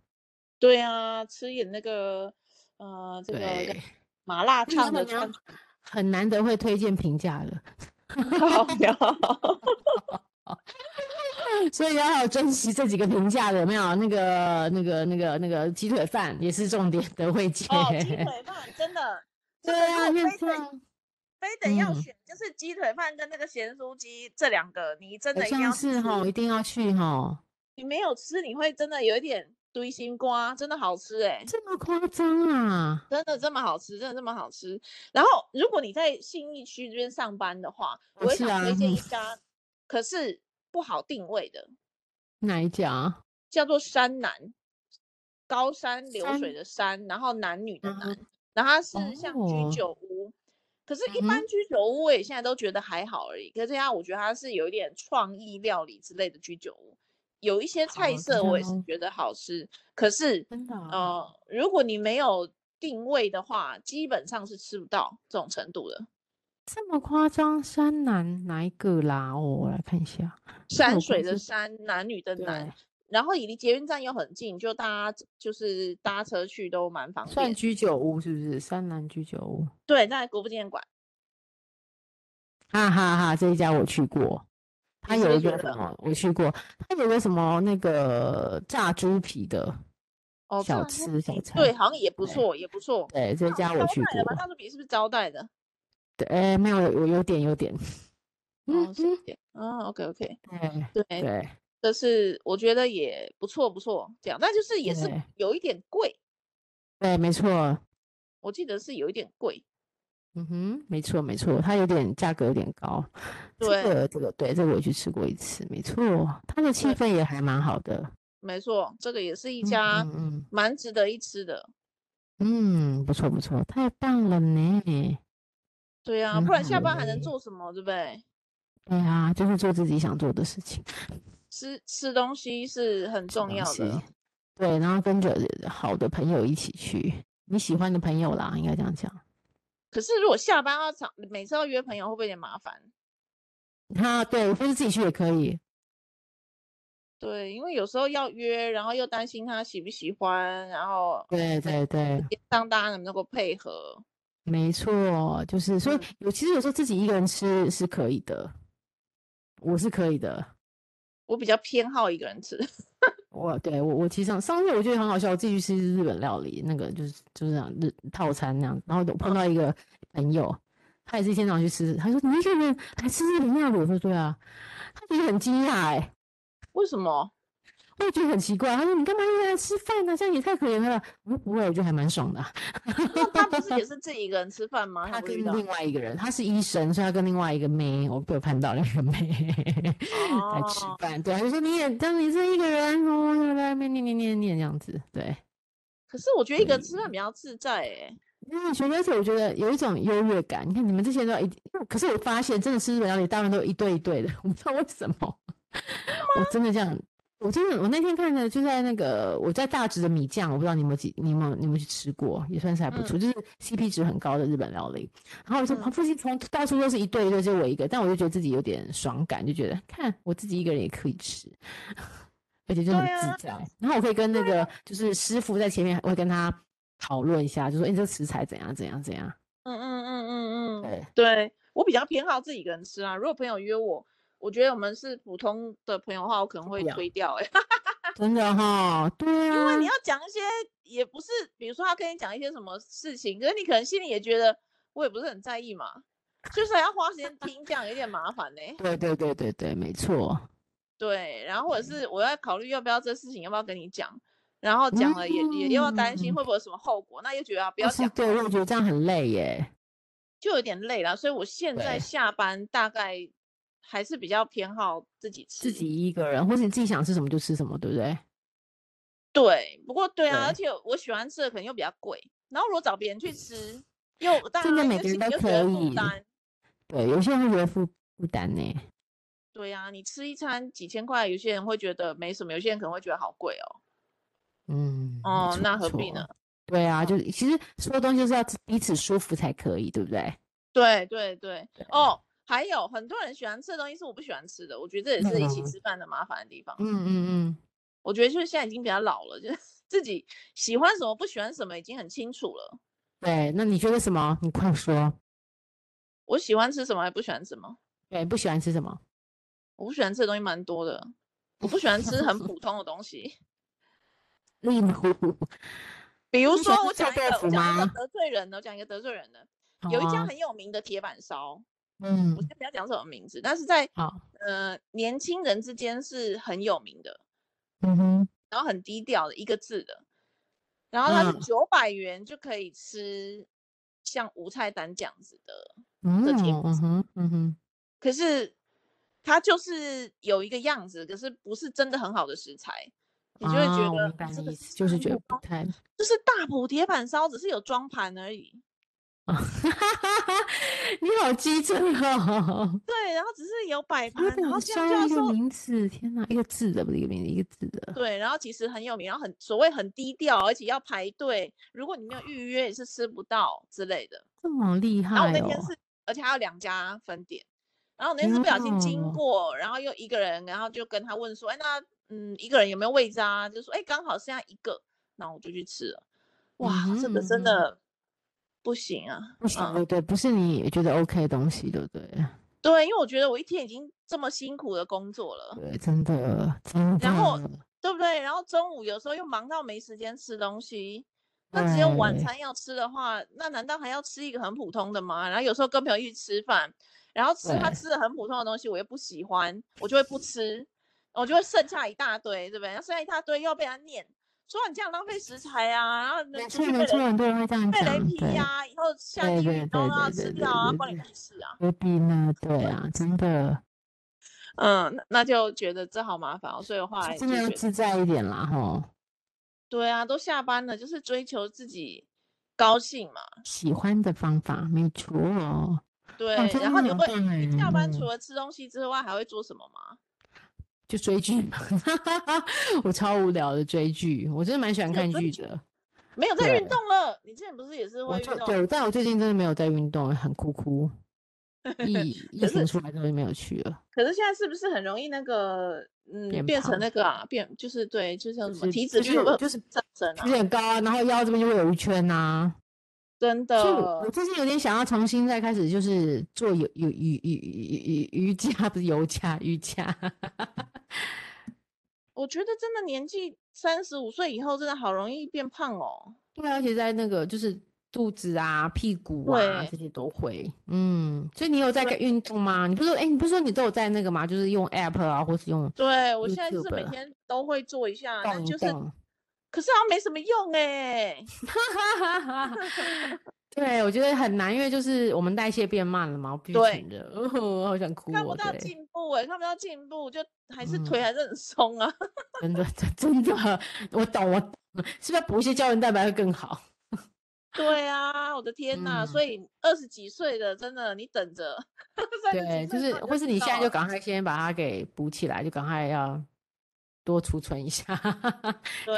[SPEAKER 2] 对啊，吃点那个呃这个叫
[SPEAKER 1] 对。
[SPEAKER 2] 麻辣
[SPEAKER 1] 这老
[SPEAKER 2] 烫的
[SPEAKER 1] 板娘
[SPEAKER 2] 川
[SPEAKER 1] 很难得会推荐平价的，
[SPEAKER 2] 烤 料，
[SPEAKER 1] 所以要珍惜这几个平价的，有没有？那个、那个、那个、那个鸡腿饭也是重点的会接。
[SPEAKER 2] 哦，鸡腿饭真的。真
[SPEAKER 1] 对
[SPEAKER 2] 的
[SPEAKER 1] 啊，
[SPEAKER 2] 如
[SPEAKER 1] 因
[SPEAKER 2] 果
[SPEAKER 1] 为这
[SPEAKER 2] 非得
[SPEAKER 1] 样
[SPEAKER 2] 非得要
[SPEAKER 1] 嗯
[SPEAKER 2] 选，就是鸡腿饭跟那个咸酥鸡这两个，你真
[SPEAKER 1] 好
[SPEAKER 2] 的一定
[SPEAKER 1] 像
[SPEAKER 2] 要去
[SPEAKER 1] 是哈，
[SPEAKER 2] 吃。
[SPEAKER 1] 一定要去哈，
[SPEAKER 2] 你没有吃，你会真的有一点堆心瓜，真的好吃哎、
[SPEAKER 1] 这么夸张啊？
[SPEAKER 2] 真的这么好吃，真的这么好吃。然后，如果你在信义区这边上班的话，
[SPEAKER 1] 哦
[SPEAKER 2] 我会
[SPEAKER 1] 是
[SPEAKER 2] 想推
[SPEAKER 1] 啊
[SPEAKER 2] 荐
[SPEAKER 1] 嗯
[SPEAKER 2] 一家，可是不好定位的，
[SPEAKER 1] 哪一家？
[SPEAKER 2] 叫做山南，高山流
[SPEAKER 1] 山
[SPEAKER 2] 水的山，然后男女的
[SPEAKER 1] 嗯
[SPEAKER 2] 男，然后它是像居
[SPEAKER 1] 哦
[SPEAKER 2] 酒屋，可是，一
[SPEAKER 1] 嗯
[SPEAKER 2] 般
[SPEAKER 1] 哼
[SPEAKER 2] 居酒屋我也现在都觉得还好而已。可是它，我觉得它是有一点创意料理之类的居酒屋，有一些菜
[SPEAKER 1] 好知
[SPEAKER 2] 色我也是
[SPEAKER 1] 道
[SPEAKER 2] 觉得好吃，可是。
[SPEAKER 1] 真的啊？
[SPEAKER 2] 呃，如果你没有定位的话，基本上是吃不到这种程度的。
[SPEAKER 1] 这么夸张？山南哪一个啦？哦，我来看一下。这
[SPEAKER 2] 山
[SPEAKER 1] 我
[SPEAKER 2] 水
[SPEAKER 1] 光
[SPEAKER 2] 的
[SPEAKER 1] 是
[SPEAKER 2] 山，男女的男
[SPEAKER 1] 对，，
[SPEAKER 2] 然后离捷运站又很近，就搭就是搭车去都蛮方
[SPEAKER 1] 算
[SPEAKER 2] 便。
[SPEAKER 1] 居酒屋是不是？山南居酒屋。
[SPEAKER 2] 对，在国父纪念馆，
[SPEAKER 1] 哈哈哈，这一家我去过，它
[SPEAKER 2] 你是不
[SPEAKER 1] 有一
[SPEAKER 2] 是觉
[SPEAKER 1] 个什
[SPEAKER 2] 得
[SPEAKER 1] 么，我去过，它有个什么那个炸猪皮的
[SPEAKER 2] 哦，
[SPEAKER 1] 小
[SPEAKER 2] 炸猪
[SPEAKER 1] 吃小
[SPEAKER 2] 皮对，
[SPEAKER 1] 餐，
[SPEAKER 2] 好像也不
[SPEAKER 1] 对
[SPEAKER 2] 错，也不错。
[SPEAKER 1] 对，这
[SPEAKER 2] 那好
[SPEAKER 1] 家
[SPEAKER 2] 像
[SPEAKER 1] 我
[SPEAKER 2] 招
[SPEAKER 1] 去
[SPEAKER 2] 待的吧？
[SPEAKER 1] 过，
[SPEAKER 2] 炸猪皮是不是招待的？哦
[SPEAKER 1] 对，哎，没有，我有点有点，嗯
[SPEAKER 2] 哦，是
[SPEAKER 1] 嗯，
[SPEAKER 2] 的。哦，OK OK，
[SPEAKER 1] 对
[SPEAKER 2] 对，
[SPEAKER 1] 对
[SPEAKER 2] 这是我觉得也不错不错，这样，但就是也是
[SPEAKER 1] 对
[SPEAKER 2] 有一点贵，
[SPEAKER 1] 对，没错，
[SPEAKER 2] 我记得是有一点贵。
[SPEAKER 1] 嗯哼，没错没错，它有点价格有点高，这
[SPEAKER 2] 对
[SPEAKER 1] 个这个对，这个我去吃过一次，没错，它的气
[SPEAKER 2] 对
[SPEAKER 1] 氛也还蛮好的，
[SPEAKER 2] 没错，这个也是一
[SPEAKER 1] 嗯
[SPEAKER 2] 家
[SPEAKER 1] 嗯嗯
[SPEAKER 2] 蛮值得一吃的。
[SPEAKER 1] 嗯，不错不错，太棒了呢。
[SPEAKER 2] 对啊，
[SPEAKER 1] 很
[SPEAKER 2] 不然
[SPEAKER 1] 好
[SPEAKER 2] 下班还能
[SPEAKER 1] 嘞
[SPEAKER 2] 做什么？对不对？
[SPEAKER 1] 对啊，就是做自己想做的事情，
[SPEAKER 2] 吃吃东西是很
[SPEAKER 1] 吃
[SPEAKER 2] 重
[SPEAKER 1] 东
[SPEAKER 2] 要
[SPEAKER 1] 西
[SPEAKER 2] 的。。
[SPEAKER 1] 对，然后跟着呃好的朋友一起去，你喜欢的朋友啦，应该这样讲。
[SPEAKER 2] 可是如果下班要常每次要约朋友，会不会有点麻烦？
[SPEAKER 1] 他啊对，或是自己去也可以。
[SPEAKER 2] 对，因为有时候要约，然后又担心他喜不喜欢，然后
[SPEAKER 1] 对对对，
[SPEAKER 2] 让大家能不能够配合。
[SPEAKER 1] 没错，就是所以
[SPEAKER 2] 嗯
[SPEAKER 1] 有其实有时候自己一个人吃是可以的，我是可以的。
[SPEAKER 2] 我比较偏好一个人吃，
[SPEAKER 1] 我对我我其实上上次我觉得很好笑，我自己去吃日本料理，那个就是就是这样日套餐那样，然后我
[SPEAKER 2] 嗯
[SPEAKER 1] 碰到一个朋友，他也是一天早上去吃，他说你一个人还吃日本料理，我说对啊，他觉得很惊讶哎，
[SPEAKER 2] 为什么？
[SPEAKER 1] 欸我也觉得很奇怪。他说：“你干嘛一个人吃饭啊呢、这样也太可怜了。”我说：“不会，我觉得还蛮爽的啊、
[SPEAKER 2] 那他不是也是自己一个人吃饭吗？
[SPEAKER 1] 他
[SPEAKER 2] 有没
[SPEAKER 1] 跟
[SPEAKER 2] 有遇到
[SPEAKER 1] 另外一个人，他是医生，所以他跟另外一个妹，我被我看到了一个妹在吃
[SPEAKER 2] 哦
[SPEAKER 1] 饭。对，他就说你也当你是一个人，哦，在外面念念念念这样子。对，
[SPEAKER 2] 可是我觉得一个人吃饭比较自在哎、
[SPEAKER 1] 因为学而且我觉得有一种优越感。你看你们这些人都要一，可是我发现真的吃日本料理，大部分都一对一对的，我不知道为什么。我真的这样，我真的我那天看的就在那个我在大直的米酱，我不知道你有没有记，你有没有你有没有去吃过，也算是还不错，就是 CP 值很高的日本料理。然后我就
[SPEAKER 2] 嗯
[SPEAKER 1] 旁附近从到处都是一对一对，就我一个，但我就觉得自己有点爽感，就觉得看我自己一个人也可以吃。 而且就很
[SPEAKER 2] 对啊
[SPEAKER 1] 自在。然后我可以跟那个就是师傅在前面，我会跟他讨论一下，就说：“哎、这个食材怎样怎样怎样。
[SPEAKER 2] 嗯嗯嗯嗯嗯，
[SPEAKER 1] 对，
[SPEAKER 2] 对我比较偏好自己一个人吃啊。如果朋友约我，我觉得我们是普通的朋友的话，我可能会
[SPEAKER 1] 不了
[SPEAKER 2] 推掉哎、
[SPEAKER 1] 真的哈、对
[SPEAKER 2] 因为
[SPEAKER 1] 啊
[SPEAKER 2] 你，要讲一些也不是，比如说他跟你讲一些什么事情，可是你可能心里也觉得我也不是很在意嘛，就是还要花时间听，这样有点麻烦呢、
[SPEAKER 1] 对对对对对，没错。
[SPEAKER 2] 对，然后或者
[SPEAKER 1] 嗯
[SPEAKER 2] 是我要考虑要不要这事情要不要跟你讲，然后讲了也、也又要担心
[SPEAKER 1] 嗯
[SPEAKER 2] 会不会有什么后果，那又觉得、啊、不
[SPEAKER 1] 不
[SPEAKER 2] 要讲
[SPEAKER 1] 哦对，
[SPEAKER 2] 好
[SPEAKER 1] 我也觉得这样很累耶。
[SPEAKER 2] 就有点累了，所以我现在
[SPEAKER 1] 对
[SPEAKER 2] 下班大概还是比较偏好自己吃。
[SPEAKER 1] 自己一个人，或者你自己想吃什么就吃什么，对不对？
[SPEAKER 2] 对，不过对啊，而且我喜欢吃的可能又比较贵，然后如果找别人去吃，又大家
[SPEAKER 1] 真的每
[SPEAKER 2] 又
[SPEAKER 1] 个人
[SPEAKER 2] 心里
[SPEAKER 1] 都
[SPEAKER 2] 又觉得
[SPEAKER 1] 可
[SPEAKER 2] 负
[SPEAKER 1] 以
[SPEAKER 2] 担。
[SPEAKER 1] 对，有些人会觉得负负担呢。
[SPEAKER 2] 对啊，你吃一餐几千块，有些人会觉得没什么，有些人可能会觉得好贵哦。
[SPEAKER 1] 嗯，没
[SPEAKER 2] 哦
[SPEAKER 1] 错
[SPEAKER 2] 那
[SPEAKER 1] 没
[SPEAKER 2] 何必
[SPEAKER 1] 错
[SPEAKER 2] 呢？
[SPEAKER 1] 对啊，
[SPEAKER 2] 嗯
[SPEAKER 1] 就是其实所有东西就是要彼此舒服才可以，对不对？
[SPEAKER 2] 对对对
[SPEAKER 1] 对，
[SPEAKER 2] 哦，还有很多人喜欢吃的东西是我不喜欢吃的，我觉得这也是一起
[SPEAKER 1] 嗯
[SPEAKER 2] 吃饭的麻烦的地方。
[SPEAKER 1] 嗯嗯嗯，
[SPEAKER 2] 我觉得就是现在已经比较老了，就是 自己喜欢什么不喜欢什么已经很清楚了。
[SPEAKER 1] 对。那你觉得什么？你快说。
[SPEAKER 2] 我喜欢吃什么，还不喜欢什么。
[SPEAKER 1] 对，不喜欢吃什么？
[SPEAKER 2] 我不喜欢吃的东西蛮多的，我不喜欢吃很普通的东西。
[SPEAKER 1] 例如，
[SPEAKER 2] 比如
[SPEAKER 1] 你喜欢
[SPEAKER 2] 说，我
[SPEAKER 1] 吃臭
[SPEAKER 2] 讲一个，
[SPEAKER 1] 豆
[SPEAKER 2] 我
[SPEAKER 1] 腐
[SPEAKER 2] 讲一个
[SPEAKER 1] 吗
[SPEAKER 2] 得罪人的，我讲一个得罪人的。有一家
[SPEAKER 1] 哦
[SPEAKER 2] 很有名的铁板烧，
[SPEAKER 1] 嗯
[SPEAKER 2] 我，先不要讲什么名字，但是在
[SPEAKER 1] 好，
[SPEAKER 2] 呃年轻人之间是很有名的，
[SPEAKER 1] 嗯哼，
[SPEAKER 2] 然后很低调的一个字的。然后它是
[SPEAKER 1] 嗯
[SPEAKER 2] 九百元就可以吃像无菜单这样子的，
[SPEAKER 1] 嗯
[SPEAKER 2] 这题目
[SPEAKER 1] 嗯
[SPEAKER 2] 是
[SPEAKER 1] 哼，嗯哼，
[SPEAKER 2] 可是它就是有一个样子，可是不是真的很好的食材，你就会觉
[SPEAKER 1] 啊我
[SPEAKER 2] 得、
[SPEAKER 1] 明白
[SPEAKER 2] 这
[SPEAKER 1] 你
[SPEAKER 2] 个
[SPEAKER 1] 意思，就是
[SPEAKER 2] 很
[SPEAKER 1] 觉得
[SPEAKER 2] 普
[SPEAKER 1] 不
[SPEAKER 2] 通
[SPEAKER 1] 太
[SPEAKER 2] 就是大埔铁板烧，只是有装盘而已。
[SPEAKER 1] 啊，你好机智哦！
[SPEAKER 2] 对，然后只是有摆盘
[SPEAKER 1] 日，
[SPEAKER 2] 啊然后
[SPEAKER 1] 本
[SPEAKER 2] 这
[SPEAKER 1] 烧
[SPEAKER 2] 样就要
[SPEAKER 1] 一个
[SPEAKER 2] 说
[SPEAKER 1] 名字，天哪，一个字的不是一个名字，一个字的，
[SPEAKER 2] 对，然后其实很有名，然后很所谓很低调，而且要排队，如果你没有预约也是吃不到之类的。
[SPEAKER 1] 这么厉
[SPEAKER 2] 然后我
[SPEAKER 1] 害
[SPEAKER 2] 那
[SPEAKER 1] 哦！
[SPEAKER 2] 天是，而且还有两家分店。然后我那天是不小心经
[SPEAKER 1] 哦
[SPEAKER 2] 过，然后又一个人，然后就跟他问说：“哎，那嗯，一个人有没有位置啊？”就说：“哎，刚好剩下一个。”然后我就去吃了。哇，这个
[SPEAKER 1] 嗯哼嗯哼
[SPEAKER 2] 真的不行啊！
[SPEAKER 1] 不行，
[SPEAKER 2] 嗯
[SPEAKER 1] 对对，不是你觉得 OK 的东西，对不对？
[SPEAKER 2] 对，因为我觉得我一天已经这么辛苦的工作了，
[SPEAKER 1] 对，真的，真的，
[SPEAKER 2] 然后对不对？然后中午有时候又忙到没时间吃东西，那只有晚
[SPEAKER 1] 对
[SPEAKER 2] 餐要吃的话，那难道还要吃一个很普通的吗？然后有时候跟朋友一起吃饭，然后吃他
[SPEAKER 1] 对
[SPEAKER 2] 吃的很普通的东西，我又不喜欢，我就会不吃，我就会剩下一大堆，对不对？然后剩下一大堆又要被他念，说你这样浪费食材啊，然后
[SPEAKER 1] 没
[SPEAKER 2] 出
[SPEAKER 1] 错
[SPEAKER 2] 去被
[SPEAKER 1] 没错，
[SPEAKER 2] 雷
[SPEAKER 1] 很多人会这样
[SPEAKER 2] 被雷
[SPEAKER 1] 讲，
[SPEAKER 2] 劈
[SPEAKER 1] 对，
[SPEAKER 2] 呀、以后下
[SPEAKER 1] 对
[SPEAKER 2] 地
[SPEAKER 1] 对
[SPEAKER 2] 狱都
[SPEAKER 1] 对
[SPEAKER 2] 要
[SPEAKER 1] 对
[SPEAKER 2] 吃
[SPEAKER 1] 对
[SPEAKER 2] 掉啊，
[SPEAKER 1] 对
[SPEAKER 2] 关你
[SPEAKER 1] 对
[SPEAKER 2] 屁事啊！
[SPEAKER 1] 何必呢？对啊，真的。
[SPEAKER 2] 嗯，那那就觉得这好麻烦、哦，所以我后
[SPEAKER 1] 是
[SPEAKER 2] 来就
[SPEAKER 1] 真的要
[SPEAKER 2] 觉得，
[SPEAKER 1] 自在一点啦，吼，
[SPEAKER 2] 对啊，都下班了，就是追求自己高兴嘛，
[SPEAKER 1] 喜欢的方法没错哦。
[SPEAKER 2] 对。
[SPEAKER 1] 真
[SPEAKER 2] 然后
[SPEAKER 1] 的
[SPEAKER 2] 你
[SPEAKER 1] 很
[SPEAKER 2] 会，
[SPEAKER 1] 棒
[SPEAKER 2] 你
[SPEAKER 1] 哎
[SPEAKER 2] 下班除
[SPEAKER 1] 嗯
[SPEAKER 2] 了吃东西之外，还会做什么吗？
[SPEAKER 1] 就追剧嘛， 我超无聊的追剧，我真的蛮喜欢
[SPEAKER 2] 真
[SPEAKER 1] 看
[SPEAKER 2] 的追
[SPEAKER 1] 剧
[SPEAKER 2] 剧
[SPEAKER 1] 的。
[SPEAKER 2] 没有在运
[SPEAKER 1] 对
[SPEAKER 2] 动了。你之前不是也是
[SPEAKER 1] 我
[SPEAKER 2] 会
[SPEAKER 1] 就
[SPEAKER 2] 运动？
[SPEAKER 1] 对，但我最近真的没有在运动，很哭 哭。疫疫
[SPEAKER 2] 可是
[SPEAKER 1] 情出来之后就没有去了，
[SPEAKER 2] 可是现在是不是很容易那个，嗯，
[SPEAKER 1] 变
[SPEAKER 2] 变成
[SPEAKER 1] 胖
[SPEAKER 2] 那个啊，变就是对，就像
[SPEAKER 1] 就
[SPEAKER 2] 什么
[SPEAKER 1] 是
[SPEAKER 2] 体脂
[SPEAKER 1] 就
[SPEAKER 2] 率
[SPEAKER 1] 是
[SPEAKER 2] 会
[SPEAKER 1] 就是
[SPEAKER 2] 上升
[SPEAKER 1] 有
[SPEAKER 2] 啊，
[SPEAKER 1] 点高啊，然后腰这边就会有一圈呐、
[SPEAKER 2] 真
[SPEAKER 1] 所以我
[SPEAKER 2] 的
[SPEAKER 1] 我。最近有点想要重新再开始，就是做有有瑜瑜瑜瑜瑜伽，不是瑜伽瑜伽。
[SPEAKER 2] 我觉得真的年纪三十五岁以后，真的好容易变胖哦。
[SPEAKER 1] 对啊，而且在那个就是肚子啊、屁股啊
[SPEAKER 2] 对
[SPEAKER 1] 这些都会。嗯，所以你有在改运动吗？你不是说，哎、你不是说你都有在那个吗？就是用 app 啊，或是用
[SPEAKER 2] 对我现在就是每
[SPEAKER 1] YouTube
[SPEAKER 2] 天都会做一下，但
[SPEAKER 1] 动一
[SPEAKER 2] 就是
[SPEAKER 1] 动。
[SPEAKER 2] 可是好像没什么用哎、
[SPEAKER 1] 哈哈哈！ 对，我觉得很难，因为就是我们代谢变慢了嘛，我必须
[SPEAKER 2] 对
[SPEAKER 1] 承认。我好想哭、哦，
[SPEAKER 2] 看不到
[SPEAKER 1] 对
[SPEAKER 2] 进步哎、看不到进步，就还是
[SPEAKER 1] 嗯
[SPEAKER 2] 腿还是很松啊。
[SPEAKER 1] 真的，真的，我懂，我懂，是不是要补一些胶原蛋白会更好？
[SPEAKER 2] 对啊，我的天呐！
[SPEAKER 1] 嗯
[SPEAKER 2] 所以二十几岁的真的，你等着。30几
[SPEAKER 1] 对，就
[SPEAKER 2] 岁
[SPEAKER 1] 是，
[SPEAKER 2] 之后
[SPEAKER 1] 或是
[SPEAKER 2] 知
[SPEAKER 1] 你现在
[SPEAKER 2] 道啊
[SPEAKER 1] 就
[SPEAKER 2] 了
[SPEAKER 1] 赶快先把它给补起来，就赶快要多储存一下，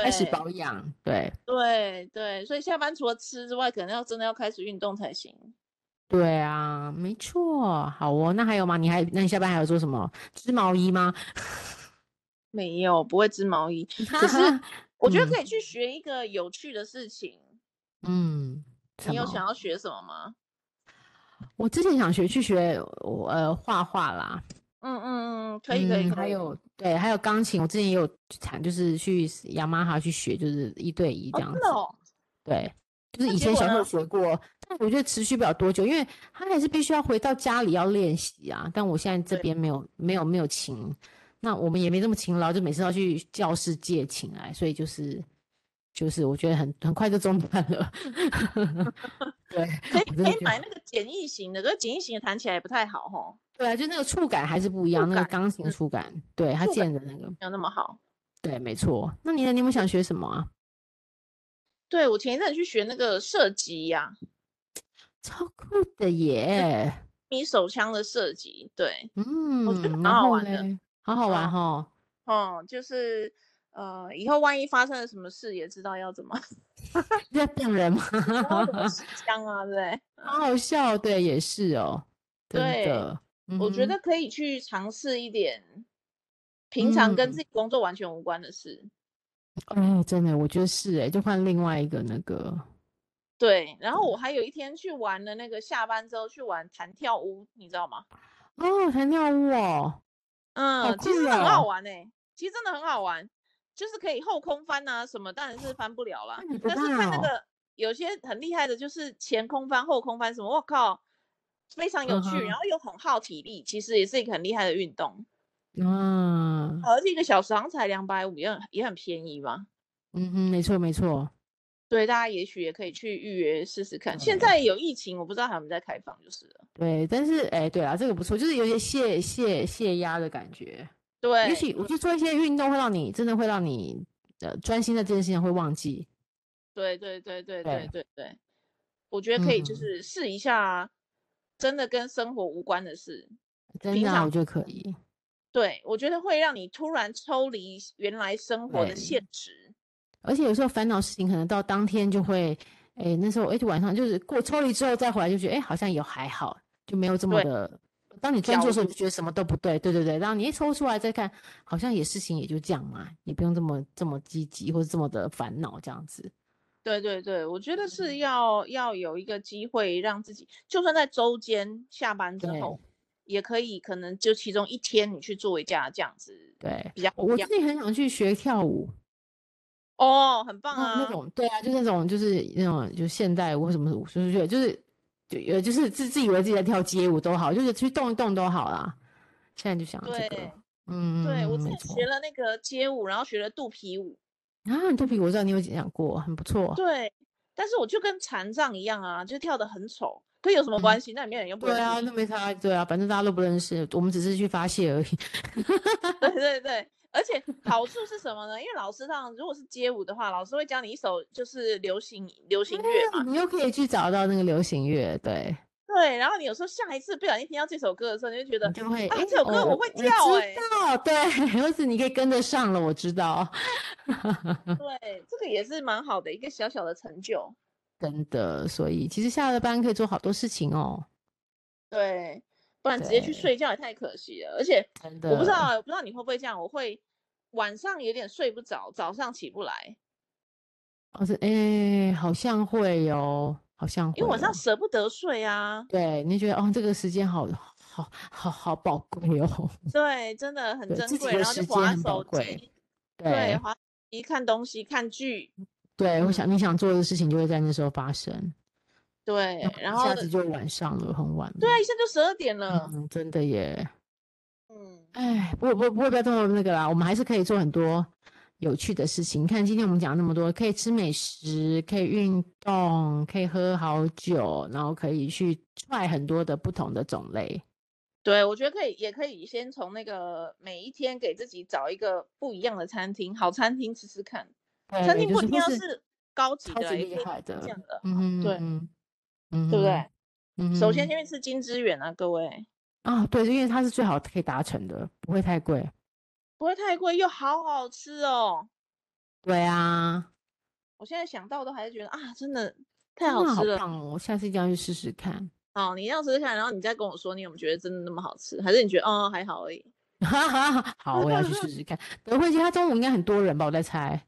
[SPEAKER 1] 开始
[SPEAKER 2] 对
[SPEAKER 1] 保养。对，
[SPEAKER 2] 对对，所以下班除了吃之外，可能要真的要开始运动才行。
[SPEAKER 1] 对啊，没错。好哦，那还有吗？你还，那你下班还有做什么？织毛衣吗？
[SPEAKER 2] 没有，不会织毛衣，是我觉得可以去学一个有趣的事情。
[SPEAKER 1] 嗯，什
[SPEAKER 2] 你有
[SPEAKER 1] 么
[SPEAKER 2] 想要学什么吗？
[SPEAKER 1] 我之前想学去学我呃画画啦，
[SPEAKER 2] 嗯嗯嗯，可以可以
[SPEAKER 1] 嗯
[SPEAKER 2] 可
[SPEAKER 1] 还
[SPEAKER 2] 以。
[SPEAKER 1] 有对，还有钢琴，我之前也有去弹，就是去雅马哈去学，就是一对一这
[SPEAKER 2] 哦，
[SPEAKER 1] 样子。
[SPEAKER 2] 真 的哦，
[SPEAKER 1] 对，就是
[SPEAKER 2] 那
[SPEAKER 1] 以
[SPEAKER 2] 结
[SPEAKER 1] 前
[SPEAKER 2] 果
[SPEAKER 1] 小时候
[SPEAKER 2] 呢
[SPEAKER 1] 学过，但我觉得持续不了多久，因为他还是必须要回到家里要练习啊。但我现在这
[SPEAKER 2] 对
[SPEAKER 1] 边没有没有没有琴，那我们也没那么勤劳，就每次要去教室借琴来，所以就是就是我觉得很很快就中断了。 对，
[SPEAKER 2] 可以
[SPEAKER 1] 我真
[SPEAKER 2] 可
[SPEAKER 1] 的
[SPEAKER 2] 以
[SPEAKER 1] 觉得
[SPEAKER 2] 买那个简易型的，可是简易型的弹起来也不太好吼，
[SPEAKER 1] 对啊，就那个触感还是不一样，
[SPEAKER 2] 触
[SPEAKER 1] 那个
[SPEAKER 2] 感
[SPEAKER 1] 钢琴的
[SPEAKER 2] 嗯
[SPEAKER 1] 触感，对它
[SPEAKER 2] 触感
[SPEAKER 1] 键的那个。
[SPEAKER 2] 没有那么好。
[SPEAKER 1] 对，没错。那你呢？你有没有想学什么啊？
[SPEAKER 2] 对我前一阵去学那个射击呀、
[SPEAKER 1] 超酷的耶！
[SPEAKER 2] 迷手枪的射击，对，
[SPEAKER 1] 嗯，
[SPEAKER 2] 觉得蛮
[SPEAKER 1] 然
[SPEAKER 2] 好
[SPEAKER 1] 后
[SPEAKER 2] 玩的
[SPEAKER 1] 嘞，好好玩
[SPEAKER 2] 嗯
[SPEAKER 1] 哦。
[SPEAKER 2] 哦，就是呃，以后万一发生了什么事，也知道要怎么
[SPEAKER 1] 是在骗人吗？
[SPEAKER 2] 知道怎么持枪啊，对不对？
[SPEAKER 1] 好好笑，对，也是哦，真
[SPEAKER 2] 对
[SPEAKER 1] 的。
[SPEAKER 2] 我觉
[SPEAKER 1] 嗯
[SPEAKER 2] 得可以去尝试一点平常跟
[SPEAKER 1] 嗯
[SPEAKER 2] 自己工作完全无关的事。
[SPEAKER 1] 哼，哎，真的，我觉得是哎，就换另外一个那个，
[SPEAKER 2] 对，然后我还有一天去玩了那个下班之后去玩弹跳屋，你知道吗？
[SPEAKER 1] 哦，弹跳舞哦，
[SPEAKER 2] 嗯，其
[SPEAKER 1] 酷
[SPEAKER 2] 实很好
[SPEAKER 1] 哦
[SPEAKER 2] 玩呢、欸其实真的很好玩，就是可以后空翻啊什么，当然是翻不了啦
[SPEAKER 1] 那。你不
[SPEAKER 2] 但是看
[SPEAKER 1] 怕
[SPEAKER 2] 那
[SPEAKER 1] 哦
[SPEAKER 2] 个有些很厉害的，就是前空翻、后空翻什么，我靠，非常有
[SPEAKER 1] 嗯
[SPEAKER 2] 趣，
[SPEAKER 1] 哼
[SPEAKER 2] 然后又很耗体力，其实也是一个很厉害的运动，
[SPEAKER 1] 啊，
[SPEAKER 2] 而且一个小时好像才两百五，也很也很便宜嘛。
[SPEAKER 1] 嗯哼，没错没错，
[SPEAKER 2] 对，大家也许也可以去预约试试看。现
[SPEAKER 1] 对
[SPEAKER 2] 在有疫情，我不知道还有没有在开放，就是了。
[SPEAKER 1] 对，但是哎，对啦，这个不错，就是有点泄泄泄压的感觉。也
[SPEAKER 2] 对，
[SPEAKER 1] 许我觉得做一些运动会让你真的会让你呃专心在这件事情上会忘记。
[SPEAKER 2] 对对对对
[SPEAKER 1] 对
[SPEAKER 2] 对对对，我觉得可以就
[SPEAKER 1] 嗯
[SPEAKER 2] 是试一下，真的跟生活无关的事。
[SPEAKER 1] 真
[SPEAKER 2] 平
[SPEAKER 1] 的啊、
[SPEAKER 2] 常
[SPEAKER 1] 我觉得可以。
[SPEAKER 2] 对，我觉得会让你突然抽离原来生活的
[SPEAKER 1] 对
[SPEAKER 2] 现实。
[SPEAKER 1] 而且有时候烦恼事情可能到当天就会，哎，那时候哎晚上就是过抽离之后再回来就觉得哎好像也还好，就没有这么
[SPEAKER 2] 对
[SPEAKER 1] 的。当你专注的
[SPEAKER 2] 焦
[SPEAKER 1] 时候，你就觉得什么都不对，对对对。然后你一抽出来再看，好像也事情也就这样嘛，也不用这么这么积极或者这么的烦恼这样子。
[SPEAKER 2] 对对对，我觉得
[SPEAKER 1] 嗯
[SPEAKER 2] 是要要有一个机会让自己，就算在周间下班之
[SPEAKER 1] 对
[SPEAKER 2] 后，也可以可能就其中一天你去做一下这样子，
[SPEAKER 1] 对，
[SPEAKER 2] 比较
[SPEAKER 1] 我我
[SPEAKER 2] 一样
[SPEAKER 1] 自己很想去学跳舞，
[SPEAKER 2] 哦，很棒
[SPEAKER 1] 那那
[SPEAKER 2] 啊！
[SPEAKER 1] 种对啊，就那种就是那种就现代舞或什么舞，就是觉得就是就呃就是自自以为自己在跳街舞都好，就是去动一动都好啦。现在就想这个
[SPEAKER 2] 对，
[SPEAKER 1] 嗯，
[SPEAKER 2] 对我
[SPEAKER 1] 嗯
[SPEAKER 2] 之
[SPEAKER 1] 没
[SPEAKER 2] 前
[SPEAKER 1] 错
[SPEAKER 2] 学了那个街舞，然后学了肚皮舞，
[SPEAKER 1] 啊，肚皮我知道你有讲过，很不错。
[SPEAKER 2] 对，但是我就跟残障一样啊，就跳得很丑，可有什么
[SPEAKER 1] 嗯
[SPEAKER 2] 关系？那里面人又不
[SPEAKER 1] 对
[SPEAKER 2] 认识
[SPEAKER 1] 啊，
[SPEAKER 2] 你
[SPEAKER 1] 那没差，对啊，反正大家都不认识，我们只是去发泄而已。
[SPEAKER 2] 对 对对，而且好处是什么呢？因为老师上如果是街舞的话，老师会教你一首就是流行流行乐嘛，
[SPEAKER 1] 你又可以去找到那个流行乐，对，
[SPEAKER 2] 对。然后你有时候下一次不小心听到这首歌的时候，你就觉得
[SPEAKER 1] 你就会
[SPEAKER 2] 啊
[SPEAKER 1] 哎、
[SPEAKER 2] 这首歌
[SPEAKER 1] 哦
[SPEAKER 2] 我会跳
[SPEAKER 1] 我
[SPEAKER 2] 哎、
[SPEAKER 1] 知道，对， 或是你可以跟得上了，我知道，
[SPEAKER 2] 对，这个也是蛮好的一个小小的成就。
[SPEAKER 1] 真的。所以其实下了班可以做好多事情哦，
[SPEAKER 2] 对，不然直接去
[SPEAKER 1] 对
[SPEAKER 2] 睡觉也太可惜了。而且
[SPEAKER 1] 真的。
[SPEAKER 2] 我不知道啊，我不知道你会不会这样，我会晚上有点睡不着，早上起不来，
[SPEAKER 1] 哦，是，哎、好像会哦，好像会、
[SPEAKER 2] 因
[SPEAKER 1] 哦。
[SPEAKER 2] 为晚上舍不得睡啊。
[SPEAKER 1] 对，你就觉得哦，这个时间好好好好宝贵哦，
[SPEAKER 2] 对，真的很
[SPEAKER 1] 对
[SPEAKER 2] 珍
[SPEAKER 1] 自己
[SPEAKER 2] 贵，
[SPEAKER 1] 的
[SPEAKER 2] 然后就
[SPEAKER 1] 时间
[SPEAKER 2] 划
[SPEAKER 1] 很宝
[SPEAKER 2] 手
[SPEAKER 1] 贵
[SPEAKER 2] 机。对，
[SPEAKER 1] 对
[SPEAKER 2] 滑一看东西、看剧，
[SPEAKER 1] 对，我
[SPEAKER 2] 嗯
[SPEAKER 1] 想你想做的事情就会在那时候发生。
[SPEAKER 2] 对，然
[SPEAKER 1] 一
[SPEAKER 2] 后
[SPEAKER 1] 下子就晚上了，很晚了。
[SPEAKER 2] 对啊，啊一下就十二点了，
[SPEAKER 1] 嗯，真的耶。
[SPEAKER 2] 嗯，
[SPEAKER 1] 哎，不过不过不过不要这么那个啦，我们还是可以做很多有趣的事情。你看今天我们讲了那么多，可以吃美食，可以运动，可以喝好酒，然后可以去踹很多的不同的种类。
[SPEAKER 2] 对，我觉得可以，也可以先从那个每一天给自己找一个不一样的餐厅，好餐厅吃吃看，餐
[SPEAKER 1] 对
[SPEAKER 2] 厅
[SPEAKER 1] 就
[SPEAKER 2] 不
[SPEAKER 1] 是
[SPEAKER 2] 一定
[SPEAKER 1] 或是
[SPEAKER 2] 要是高级
[SPEAKER 1] 超
[SPEAKER 2] 的，
[SPEAKER 1] 级
[SPEAKER 2] 也
[SPEAKER 1] 厉
[SPEAKER 2] 可以
[SPEAKER 1] 害
[SPEAKER 2] 低
[SPEAKER 1] 的
[SPEAKER 2] 贱的，
[SPEAKER 1] 嗯哼，
[SPEAKER 2] 啊对
[SPEAKER 1] 嗯嗯
[SPEAKER 2] 对不对
[SPEAKER 1] 哼？？嗯
[SPEAKER 2] 首先
[SPEAKER 1] 哼
[SPEAKER 2] 先去吃金之源啊，各位，
[SPEAKER 1] 啊，对，因为它是最好可以达成的，不会太贵。
[SPEAKER 2] 不会太贵，又好好吃哦。
[SPEAKER 1] 对啊，
[SPEAKER 2] 我现在想到都还是觉得啊，真的太
[SPEAKER 1] 真
[SPEAKER 2] 好
[SPEAKER 1] 的好
[SPEAKER 2] 吃了。
[SPEAKER 1] 棒哦！我下次一定要去试试看。
[SPEAKER 2] 好，哦你要试试看，然后你再跟我说你有没有觉得真的那么好吃，还是你觉得哦还好而已？
[SPEAKER 1] 好，我要去试 试看。德惠街它中午应该很多人吧？我在猜。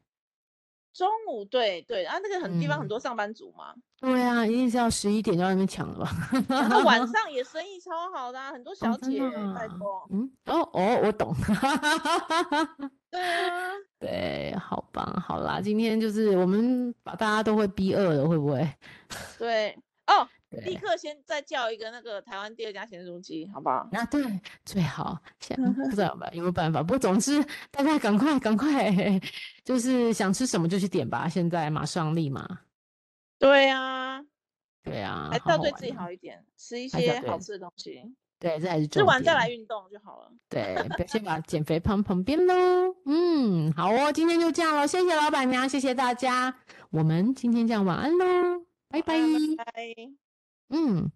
[SPEAKER 2] 中午对对啊，那个很地方
[SPEAKER 1] 嗯
[SPEAKER 2] 很多上班族 嘛，
[SPEAKER 1] 对啊，一定是要十一点就要那边抢了吧？
[SPEAKER 2] 然后晚上也生意超好的、啊，很多
[SPEAKER 1] 哦
[SPEAKER 2] 小
[SPEAKER 1] 真
[SPEAKER 2] 姐、
[SPEAKER 1] 的
[SPEAKER 2] 拜
[SPEAKER 1] 啊
[SPEAKER 2] 托。
[SPEAKER 1] 嗯，哦哦，我懂。
[SPEAKER 2] 对啊，
[SPEAKER 1] 对，好棒，好啦，今天就是我们把大家都会逼饿了，会不会？
[SPEAKER 2] 对哦，
[SPEAKER 1] 对，
[SPEAKER 2] 立刻先再叫一个那个台湾第二家咸酥鸡，好不好？
[SPEAKER 1] 那对最好，想
[SPEAKER 2] 嗯
[SPEAKER 1] 不知道有没有有没有办法，不过总之大家赶快赶快，就是想吃什么就去点吧，现在马上立马。
[SPEAKER 2] 对啊，
[SPEAKER 1] 对啊
[SPEAKER 2] 还，是
[SPEAKER 1] 好
[SPEAKER 2] 要
[SPEAKER 1] 好
[SPEAKER 2] 对
[SPEAKER 1] 玩
[SPEAKER 2] 自己
[SPEAKER 1] 哦。
[SPEAKER 2] 好一点，吃一
[SPEAKER 1] 还是要
[SPEAKER 2] 些好
[SPEAKER 1] 对
[SPEAKER 2] 吃的东西，
[SPEAKER 1] 对，这还是
[SPEAKER 2] 吃
[SPEAKER 1] 重
[SPEAKER 2] 完再
[SPEAKER 1] 点。
[SPEAKER 2] 来运动就好了。
[SPEAKER 1] 对，不要先把减肥放旁边喽。嗯，好哦，今天就这样了，谢谢老板娘，谢谢大家，我们今天这样晚安喽，拜
[SPEAKER 2] 晚
[SPEAKER 1] 拜。
[SPEAKER 2] 安，拜拜。
[SPEAKER 1] 嗯。